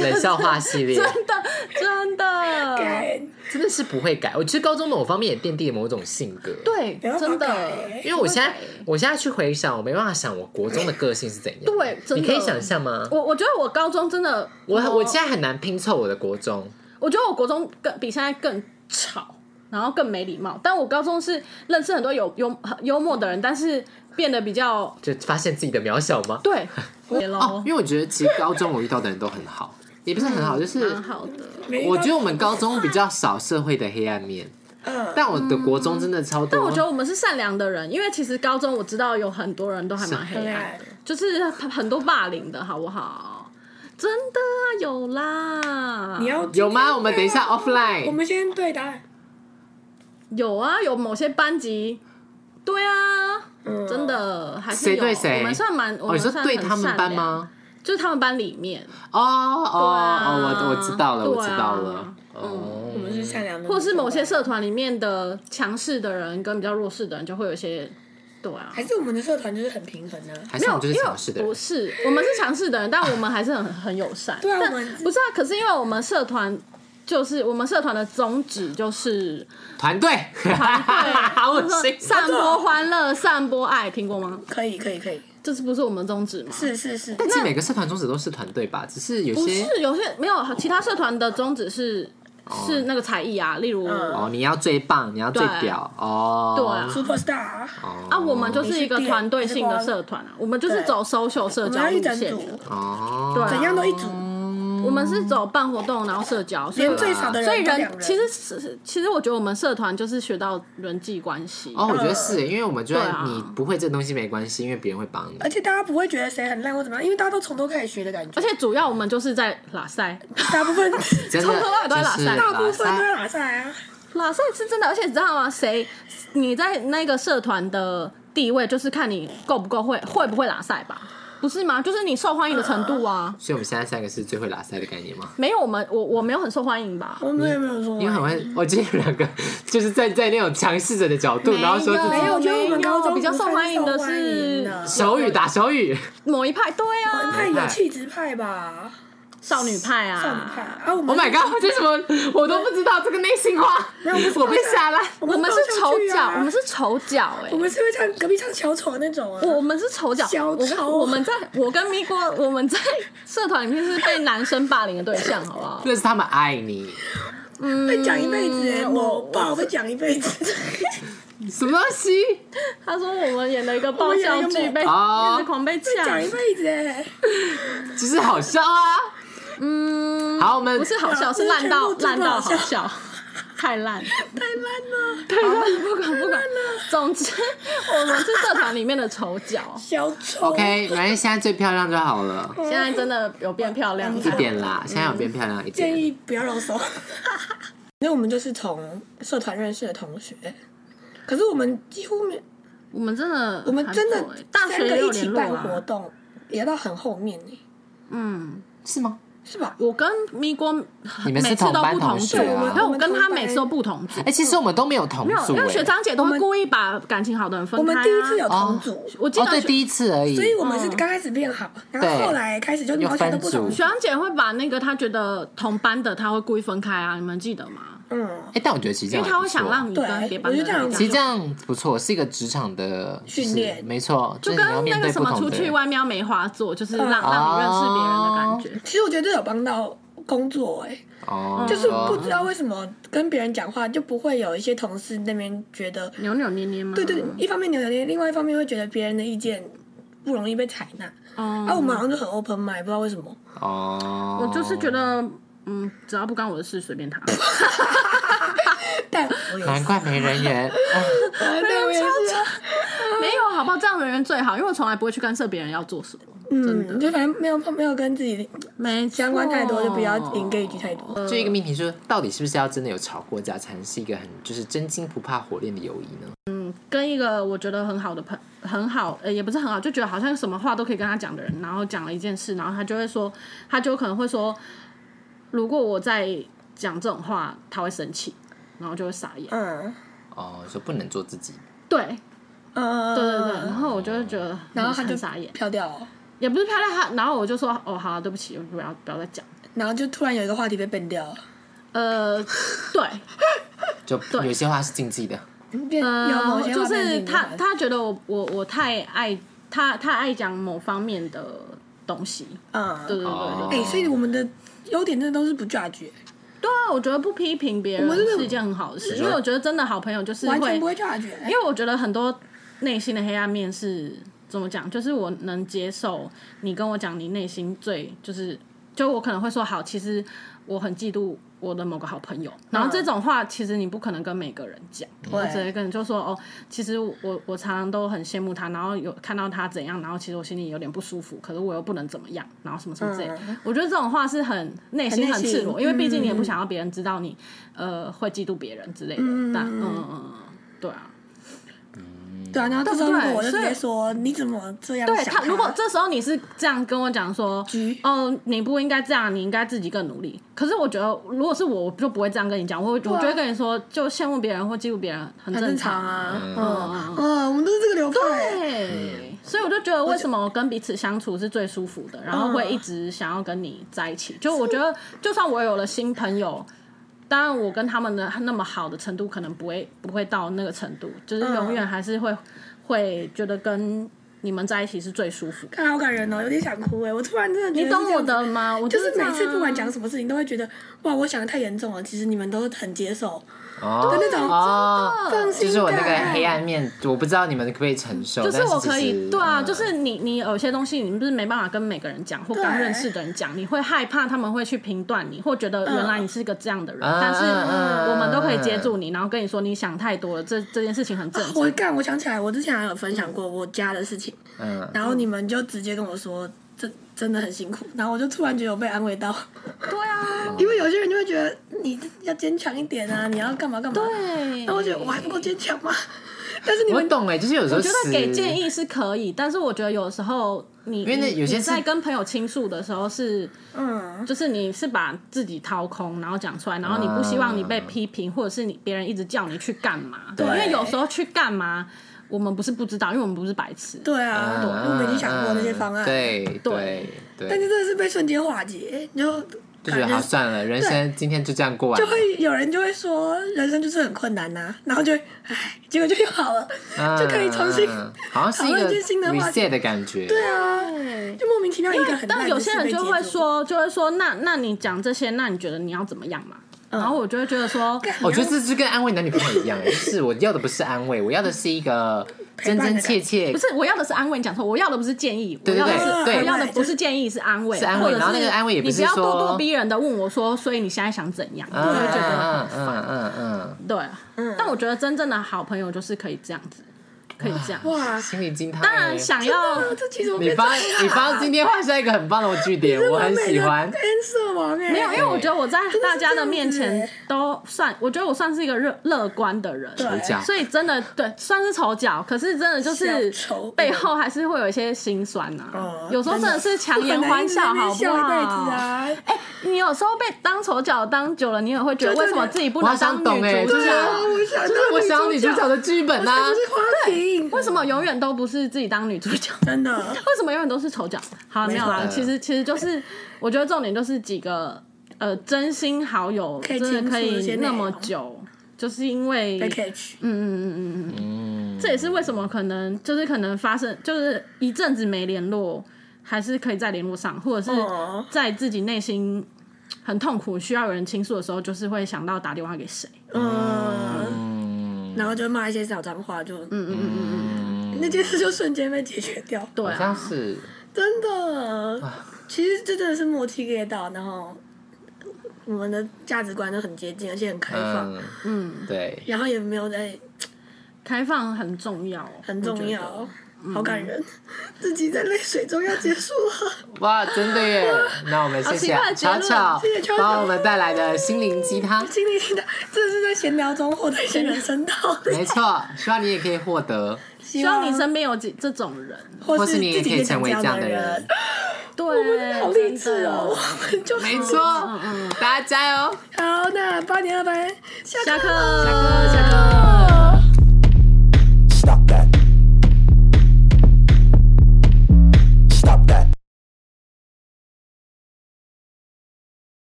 Speaker 1: 冷笑话系列
Speaker 4: 真的真的，
Speaker 2: 改，
Speaker 1: 真的是不会改。我其实高中某方面也奠定了某种性格。
Speaker 4: 对，
Speaker 2: 不要
Speaker 4: 真
Speaker 2: 改
Speaker 4: 的，
Speaker 1: 因为我现在，我现在去回想，我没办法想我国中的个性是怎样。
Speaker 4: 对真的
Speaker 1: 你可以想象吗？
Speaker 4: 我我觉得我高中真的，
Speaker 1: 我我现在很难拼凑我的国中，
Speaker 4: 我觉得我国中更比现在更吵，然后更没礼貌。但我高中是认识很多有幽幽默的人，但是变得比较
Speaker 1: 就发现自己的渺小吗？
Speaker 4: 对，
Speaker 1: 哦，因为我觉得其实高中我遇到的人都很好，也不是
Speaker 4: 嗯
Speaker 1: 很好，就是
Speaker 4: 蛮好的。
Speaker 2: 没
Speaker 1: 我觉得我们高中比较少社会的黑暗面，
Speaker 2: 嗯，
Speaker 1: 但我的国中真的超多。
Speaker 4: 但我觉得我们是善良的人，因为其实高中我知道有很多人都还蛮黑
Speaker 2: 很
Speaker 4: 暗
Speaker 2: 爱
Speaker 4: 的，就是很多霸凌的好不好？真的啊，有啦，
Speaker 2: 你要
Speaker 1: 有
Speaker 4: 啊
Speaker 1: 吗？我们等一下
Speaker 2: 我
Speaker 1: offline。
Speaker 2: 们先对答案，
Speaker 4: 有啊，有某些班级，对啊，
Speaker 2: 嗯
Speaker 4: 真的还是
Speaker 1: 谁
Speaker 4: 有。
Speaker 1: 对谁？
Speaker 4: 我们算蛮，我
Speaker 1: 哦，
Speaker 4: 们
Speaker 1: 你说
Speaker 4: 算
Speaker 1: 对
Speaker 4: 很
Speaker 1: 他们
Speaker 4: 善
Speaker 1: 班
Speaker 4: 良？
Speaker 1: 吗？
Speaker 4: 就是他们班里面，
Speaker 1: 哦
Speaker 2: 嗯
Speaker 1: 哦
Speaker 4: 啊
Speaker 1: 哦，我我知道了，我
Speaker 4: 对啊
Speaker 1: 知道了。哦
Speaker 2: 我，们是善良的，
Speaker 4: 或是某些，社团里面的强势的人跟比较弱势的人，就会有一些，对啊，
Speaker 2: 还是我们的社团就是很平衡啊呢。
Speaker 1: 还
Speaker 4: 没
Speaker 1: 是我
Speaker 4: 有，
Speaker 1: 们就是
Speaker 4: 因为
Speaker 1: 强势的人
Speaker 4: 不。是，我们是强势的人，但我们还是很很友善。
Speaker 2: 对啊
Speaker 4: 但
Speaker 2: 我们
Speaker 4: 不是啊，可是因为我们社团就是我们社团的宗旨 就是
Speaker 1: 团队，
Speaker 4: 团 队，
Speaker 1: 我
Speaker 4: 就是说
Speaker 1: 心
Speaker 4: 散播欢乐，散播爱，听过吗？
Speaker 2: 可以，可以，可以，
Speaker 4: 这是不是我们宗旨吗？
Speaker 2: 是是是，
Speaker 1: 但其实每个社团宗旨都是团队吧，只是有
Speaker 4: 不
Speaker 1: 些
Speaker 4: 是有些没有其他社团的宗旨是
Speaker 1: 哦
Speaker 4: 是那个才艺啊，例如
Speaker 2: 嗯
Speaker 1: 哦，你要最棒，你要最
Speaker 4: 对
Speaker 1: 屌哦，
Speaker 4: 对啊
Speaker 2: Super Star，
Speaker 1: 哦
Speaker 4: 啊，我们就是一个团队性的社团啊，我们就是走 social 社
Speaker 2: 我们
Speaker 4: 交
Speaker 2: 要一
Speaker 4: 路
Speaker 2: 整
Speaker 4: 线
Speaker 2: 组
Speaker 4: 的，，
Speaker 1: 哦，
Speaker 4: 对啊
Speaker 2: 怎样都一组，
Speaker 4: 我们是走办活动然后社交，所以
Speaker 2: 连最少的
Speaker 4: 所以
Speaker 2: 人都两
Speaker 4: 人其实是其实我觉得我们社团就是学到人际关系，
Speaker 1: 哦，我
Speaker 2: 嗯
Speaker 1: 觉得是，因为我们就
Speaker 4: 对
Speaker 1: 算
Speaker 4: 啊
Speaker 1: 你不会这东西没关系，因为别人会帮你。
Speaker 2: 而且大家不会觉得谁很烂或怎么样，因为大家都从头开始学的感觉
Speaker 4: 而，且主要我们就是在拉塞，
Speaker 2: 大部分
Speaker 1: 真
Speaker 4: 从头到尾都在
Speaker 1: 的，
Speaker 4: 拉
Speaker 1: 就是
Speaker 4: 塞
Speaker 2: 大
Speaker 1: 拉
Speaker 2: 部分都
Speaker 1: 塞
Speaker 2: 在打赛啊，
Speaker 4: 拉塞是真的，而且你知道吗？谁你在那个社团的地位就是看你够不够会会不会拉塞吧，不是吗？就是你受欢迎的程度啊。
Speaker 1: 所以我们现在三个是最会拉塞的概念吗？
Speaker 4: 没有，我们我我没有很受欢迎吧？
Speaker 2: 我们也没有说
Speaker 1: 因为很会，我记得两个就是站在那种强势者的角度，然后说自
Speaker 2: 没
Speaker 1: 己
Speaker 2: 有我觉得我们高中
Speaker 4: 比较
Speaker 2: 不
Speaker 4: 受
Speaker 2: 算
Speaker 4: 欢迎的
Speaker 2: 受欢迎的
Speaker 4: 是
Speaker 1: 手语打手语，
Speaker 4: 某一派，对啊，
Speaker 2: 派有气质派吧，
Speaker 4: 少女派啊，
Speaker 2: 少女派啊，我
Speaker 1: Oh
Speaker 2: 们
Speaker 1: my god！这什么我都不知道这个内心话，我被吓了。
Speaker 4: 我们是丑
Speaker 2: 上去
Speaker 4: 角，
Speaker 2: 啊
Speaker 4: 我们是丑角，哎
Speaker 2: 我，们是会唱隔壁唱小丑的那种啊，
Speaker 4: 我们是丑角，
Speaker 2: 小
Speaker 4: 我跟
Speaker 2: 丑
Speaker 4: 我们在我跟咪哥，我们在社团里面是被男生霸凌的对象，好不好？
Speaker 1: 那是他们爱你，
Speaker 2: 被讲一辈子欸，
Speaker 4: 嗯
Speaker 2: 某爆被讲一辈子，
Speaker 1: 什么东西？
Speaker 4: 他说我们演了一个爆笑剧，被
Speaker 1: 哦
Speaker 4: 一直狂被
Speaker 2: 讲
Speaker 4: 呛
Speaker 2: 一，辈子欸，
Speaker 1: 其实好笑啊。
Speaker 4: 嗯，
Speaker 1: 好，我们
Speaker 4: 不是好笑，是烂到烂到好笑，太烂。
Speaker 2: 太烂了，
Speaker 4: 太烂，不管不管总之，我们是社团里面的丑角，
Speaker 2: 小丑
Speaker 1: OK，反正现在最漂亮就好了，
Speaker 4: 现在真的有变漂亮
Speaker 1: 一点啦，现在有变漂亮一
Speaker 2: 嗯建
Speaker 1: 点。
Speaker 2: 议不要露 手。那我们就是从社团认识的同学，可是我们几乎没，
Speaker 4: 我们真的，欸
Speaker 2: 我们真的
Speaker 4: 大学
Speaker 2: 三
Speaker 4: 也
Speaker 2: 个
Speaker 4: 有
Speaker 2: 一起
Speaker 4: 联啊
Speaker 2: 办
Speaker 4: 络
Speaker 2: 活
Speaker 4: 啊。
Speaker 2: 动，也到很后面呢。
Speaker 4: 嗯，
Speaker 1: 是吗？
Speaker 2: 是吧？
Speaker 4: 我跟咪锅
Speaker 1: 你们是
Speaker 4: 每次都
Speaker 1: 同班
Speaker 4: 不同
Speaker 1: 同
Speaker 4: 组，
Speaker 1: 学
Speaker 2: 啊对我们
Speaker 4: 然后我跟
Speaker 2: 我们
Speaker 4: 他
Speaker 2: 同班
Speaker 4: 每次都不同组
Speaker 1: 哎、，其实我们都没有同
Speaker 4: 嗯没有，
Speaker 1: 组、
Speaker 4: 因为
Speaker 1: 哎
Speaker 4: 学长姐都会故意把感情好的人分
Speaker 2: 我
Speaker 4: 开、
Speaker 2: 们
Speaker 4: 啊。
Speaker 2: 第一次有同组，
Speaker 4: 我嗯记
Speaker 1: 哦，
Speaker 4: 得
Speaker 1: 对，
Speaker 4: 学
Speaker 1: 第一次而已。
Speaker 2: 所以我们是刚开始变好，然后后来开始就毛钱都不同
Speaker 1: 又分
Speaker 4: 学长姐会把那个她觉得同班的，她会故意分开啊，你们记得吗？
Speaker 2: 嗯，
Speaker 1: 哎、但我觉得其实这样
Speaker 4: 因为她
Speaker 1: 还
Speaker 4: 会
Speaker 1: 不
Speaker 4: 想
Speaker 1: 错啊
Speaker 4: 让你跟
Speaker 2: 对
Speaker 4: 别班的
Speaker 2: 我觉得这样
Speaker 4: 人
Speaker 2: 子
Speaker 1: 其
Speaker 4: 讲
Speaker 1: 实这样不错，是一个职场的就是
Speaker 2: 训练
Speaker 1: 没错，就
Speaker 4: 就是
Speaker 1: 你要
Speaker 4: 跟那
Speaker 1: 面
Speaker 4: 个
Speaker 1: 对
Speaker 4: 什
Speaker 1: 不
Speaker 4: 么
Speaker 1: 同
Speaker 4: 出
Speaker 1: 的
Speaker 4: 去
Speaker 1: 人。
Speaker 4: 外面要没话做，就是让
Speaker 2: 哦
Speaker 4: 让你认识别人的感觉。
Speaker 2: 其实我觉得这有帮到工作哎、
Speaker 1: 哦，
Speaker 2: 就是不知道为什么跟别人讲话就不会有一些同事那边觉得，
Speaker 4: 扭扭捏捏吗？
Speaker 2: 对对，一方面扭扭捏捏，另外一方面会觉得别人的意见不容易被采纳。
Speaker 4: 嗯，
Speaker 2: 啊，我们好像就很 open mind，不知道为 什么。
Speaker 1: 哦，
Speaker 4: 我就是觉得，嗯，只要不干我的事，随便他。
Speaker 2: 但我也
Speaker 1: 难
Speaker 2: 是，
Speaker 1: 怪没人 缘。哎
Speaker 2: 但我也是啊，
Speaker 4: 没有，好不好？这样的人最好，因为我从来不会去干涉别人要做什么。
Speaker 2: 嗯，就反正没有没有跟自己
Speaker 4: 没错
Speaker 2: 相关太多，就不要 engage 太多。
Speaker 1: 就一个命题说，到底是不是要真的有吵过架，才能是一个很就是真金不怕火炼的友谊呢？
Speaker 4: 跟一个我觉得很好的朋很好，呃，也不是很好，就觉得好像什么话都可以跟他讲的人，然后讲了一件事，然后他就会说，他就可能会说，如果我再讲这种话，他会生气，然后就会傻眼。
Speaker 2: 嗯，
Speaker 1: 哦，说不能做自己，
Speaker 4: 对
Speaker 2: 嗯，
Speaker 4: 对对对，然后我就哦会觉得很，
Speaker 2: 然后他就
Speaker 4: 很傻眼，
Speaker 2: 飘掉了，
Speaker 4: 也不是漂亮他，然后我就说，哦，好、啊，对不起，不要不要再讲。
Speaker 2: 然后就突然有一个话题被崩掉了，
Speaker 4: 呃，对，
Speaker 1: 就有些话是禁忌的。
Speaker 2: 变有某
Speaker 4: 呃，
Speaker 2: 些
Speaker 4: 就
Speaker 2: 话变
Speaker 4: 是
Speaker 2: 成
Speaker 4: 他他觉得我我我太爱他太爱讲某方面的东西，
Speaker 2: 嗯，
Speaker 4: 对对对对
Speaker 1: 哦
Speaker 2: 哎、所以我们的优点真的都是不 judge，
Speaker 4: 对啊，我觉得不批评别
Speaker 2: 我真的
Speaker 4: 人是一件很好的事，因为我觉得真的好朋友就是
Speaker 2: 完全不会
Speaker 4: 会，
Speaker 2: judge，因哎
Speaker 4: 因为我觉得很多内心的黑暗面是怎么讲，就是我能接受你跟我讲你内心最就是，就我可能会说好，其实我很嫉妒。我的某个好朋友，然
Speaker 2: 嗯
Speaker 4: 后这种话其实你不可能跟每个人讲，我只会跟你就说哦，其实我我常常都很羡慕他，然后有看到他怎样，然后其实我心里有点不舒服，可是我又不能怎么样，然后什么什么之类的，我觉得这种话是很内心
Speaker 2: 很内
Speaker 4: 嗯很
Speaker 2: 心
Speaker 4: 赤裸，因为毕竟你也不想要别人知道你、呃会嫉妒别人之类的，但嗯嗯嗯，对啊，
Speaker 2: 对啊，然后这时候
Speaker 4: 对
Speaker 2: 如
Speaker 4: 不对
Speaker 2: 果我就直
Speaker 4: 所
Speaker 2: 接
Speaker 4: 以
Speaker 2: 说你怎么这样
Speaker 4: 对
Speaker 2: 想啊
Speaker 4: 他，如果这时候你是这样跟我讲说
Speaker 2: 局，
Speaker 4: 哦，你不应该这样，你应该自己更努力。可是我觉得，如果是我，我就不会这样跟你讲，我会、我就会跟你说，就羡慕别人或嫉妒别人啊很
Speaker 2: 很
Speaker 4: 正
Speaker 2: 正常
Speaker 4: 啊。
Speaker 2: 啊，嗯嗯，我们都是这个流派，
Speaker 4: 对，所以我就觉得，为什么我跟彼此相处是最舒服的，然
Speaker 2: 嗯
Speaker 4: 后会一直想要跟你在一起。就我觉得，就算我有了新朋友，当然我跟他们的那么好的程度，可能不会不会到那个程度，就是永远还是会、会觉得跟你们在一起是最舒服的。
Speaker 2: 看好感人哦，有点想哭哎，我突然真的觉
Speaker 4: 你
Speaker 2: 得是这样子
Speaker 4: 懂我的吗？我
Speaker 2: 就是
Speaker 4: 这样
Speaker 2: 每
Speaker 4: 啊
Speaker 2: 次不管讲什么事情，都会觉得哇，我想的太严重了。其实你们都很接受，
Speaker 1: 哦，
Speaker 2: 对那种
Speaker 1: 哦，
Speaker 2: 放心
Speaker 1: 就是我那个
Speaker 2: 感
Speaker 1: 黑暗面，我不知道你们可不可以承受，
Speaker 4: 就是
Speaker 1: 但
Speaker 4: 我
Speaker 1: 其
Speaker 4: 可以，
Speaker 1: 实
Speaker 4: 对啊，
Speaker 1: 嗯
Speaker 4: 就是你你有些东西你不是没办法跟每个人讲，或
Speaker 2: 对
Speaker 4: 刚认识的人讲，你会害怕他们会去评断你，或觉得原
Speaker 2: 嗯
Speaker 4: 来你是个这样的人，但是
Speaker 1: 嗯
Speaker 4: 我们都可以接住你，然后跟你说你想太多了，这这件事情很正常。
Speaker 2: 我干，我想起来，我之前还有分享过我家的事情，
Speaker 1: 嗯，
Speaker 2: 然后你们就直接跟我说，这真的很辛苦，然后我就突然觉得我被安慰到，
Speaker 4: 对啊，
Speaker 2: 因为有些人就会觉得你要坚强一点啊，你要干嘛干嘛，
Speaker 4: 对。
Speaker 2: 那我觉得我还不够坚强吗？ 但是你
Speaker 1: 我
Speaker 2: 们
Speaker 1: 懂哎，就是有时候
Speaker 4: 我觉得给建
Speaker 1: 议，
Speaker 4: 议是可以，但是我觉得有时候你因
Speaker 1: 为那有些是
Speaker 4: 在跟朋友倾诉的时候是，
Speaker 2: 嗯，
Speaker 4: 就是你是把自己掏空，然后讲出来，然后你不希望你被批评，或者是你别人一直叫你去干嘛，
Speaker 1: 对
Speaker 4: 因为有时候去干嘛，我们不是不知道，因为我们不是白痴，
Speaker 2: 对啊，
Speaker 1: 嗯
Speaker 2: 我们已经想过那些方案，
Speaker 1: 嗯，对对
Speaker 4: 对
Speaker 1: 对，
Speaker 2: 但是真的是被瞬间化解，你就
Speaker 1: 就觉得
Speaker 2: 感觉
Speaker 1: 好算了，人生今天就这样 过完
Speaker 2: 就
Speaker 1: 了，
Speaker 2: 会有人就会说人生就是很困难呐、啊然后就会唉，结果就又好了，
Speaker 4: 啊
Speaker 1: 嗯
Speaker 2: 就可以重新
Speaker 1: 嗯好像是一
Speaker 2: 讨论
Speaker 1: 个
Speaker 2: 一件新的话题
Speaker 1: reset 的感觉，
Speaker 2: 对啊，就莫名其妙一个很烂
Speaker 4: 但
Speaker 2: 的
Speaker 4: 有些人
Speaker 2: 事被
Speaker 4: 就
Speaker 2: 接
Speaker 4: 会
Speaker 2: 住，
Speaker 4: 说，就会说，那那你讲这些，那你觉得你要怎么样嘛？
Speaker 1: 嗯
Speaker 4: 然后我就会觉得说，
Speaker 1: 我觉得这就跟安慰男女朋友一样，欸就是我要的不是安慰，我要的是一个真真切切
Speaker 4: 不。是我要的是安慰，你讲错，我要的不是建议，我
Speaker 1: 对对
Speaker 4: 要的
Speaker 1: 对
Speaker 4: 是
Speaker 1: 对
Speaker 4: 我要的
Speaker 2: 对
Speaker 4: 不是建议，是安慰，
Speaker 1: 是安慰
Speaker 4: 或者
Speaker 1: 然后那个安慰也不
Speaker 4: 你
Speaker 1: 是
Speaker 4: 不要
Speaker 1: 说
Speaker 4: 咄咄逼人的问我说，所以你现在想怎样？
Speaker 1: 嗯
Speaker 4: 我就会觉得
Speaker 1: 嗯嗯嗯嗯嗯，
Speaker 4: 对，但我觉得真正的好朋友就是可以这样子。可以这样。
Speaker 2: 哇，
Speaker 1: 心理惊叹。欸
Speaker 4: 当然，想要
Speaker 2: 啊这其实我
Speaker 1: 你帮你帮今天画下一个很棒的句 点，我很喜欢。
Speaker 2: 黑色王哎，
Speaker 4: 没有，因为我觉得我在大家的面
Speaker 2: 真的
Speaker 4: 前
Speaker 2: 是
Speaker 4: 都算，我觉得我算是一个乐乐观的人，
Speaker 2: 对
Speaker 1: 主角
Speaker 4: 所以真的对算是丑角，可是真的就是
Speaker 2: 小丑嗯
Speaker 4: 背后还是会有一些心酸呐、
Speaker 2: 哦
Speaker 4: 有时候真的是强颜欢笑，好不
Speaker 2: 笑一辈子
Speaker 4: 好？
Speaker 2: 啊！
Speaker 4: 哎、你有时候被当丑角当久了，你也会觉得
Speaker 2: 对对
Speaker 4: 为什么自己不
Speaker 1: 我好
Speaker 4: 能
Speaker 1: 想
Speaker 4: 当
Speaker 1: 懂哎，
Speaker 4: 女主
Speaker 1: 就
Speaker 4: 角
Speaker 1: 是？
Speaker 2: 我想
Speaker 1: 就是我想要女主角的剧本啊呐。
Speaker 2: 是花瓶，
Speaker 4: 为什么永远都不是自己当女主角？
Speaker 2: 真的
Speaker 4: 为什么永远都是丑角？好，没有啦，其实其实就是，我觉得重点就是几个呃真心好友
Speaker 2: 可以
Speaker 4: 真的可
Speaker 2: 倾诉一些
Speaker 4: 以
Speaker 2: 内
Speaker 4: 那
Speaker 2: 容
Speaker 4: 么久，就是因为
Speaker 2: 被 catch？
Speaker 4: 嗯嗯嗯嗯嗯嗯，这也是为什么可能就是可能发生就是一阵子没联络，还是可以再联络上，或者是
Speaker 2: 哦
Speaker 4: 在自己内心很痛苦需要有人倾诉的时候，就是会想到打电话给谁。
Speaker 2: 嗯，然后就骂一些小脏话，就嗯嗯嗯嗯嗯，那件事就瞬间被解决掉，
Speaker 4: 对
Speaker 1: 好像
Speaker 4: 啊，
Speaker 1: 是
Speaker 2: 真的。
Speaker 1: 啊
Speaker 2: 其实这真的是默契 get 到，然后我们的价值观都很接近，而且很开放，
Speaker 1: 嗯，
Speaker 4: 嗯，
Speaker 1: 对，
Speaker 2: 然后也没有在
Speaker 4: 开放很重要，
Speaker 2: 很重
Speaker 4: 我觉
Speaker 2: 要
Speaker 4: 得。，
Speaker 2: 好感人，
Speaker 1: 嗯
Speaker 2: 自己在泪水中要结 束了。
Speaker 1: 哇，真的耶！那我们谢谢
Speaker 4: 好奇怪
Speaker 1: 巧
Speaker 4: 的结论
Speaker 1: 巧
Speaker 2: 谢谢巧巧
Speaker 1: 帮我们带来的心灵鸡汤，
Speaker 2: 经历性的，这是在闲聊中获得一些人生道理。
Speaker 1: 没错，希望你也可以获得。
Speaker 2: 希
Speaker 4: 希望你身边有几这种人。
Speaker 2: 或
Speaker 1: 或是你也
Speaker 2: 自己
Speaker 1: 可以成为
Speaker 2: 这
Speaker 1: 这样的
Speaker 2: 人
Speaker 1: 人。
Speaker 4: 对，
Speaker 2: 好励志哦！我们就
Speaker 1: 没错，
Speaker 4: 嗯
Speaker 1: 大家加油！
Speaker 2: 好，那八点二班下
Speaker 4: 下
Speaker 2: 课
Speaker 4: 课，
Speaker 2: 喽
Speaker 4: 下课，下课。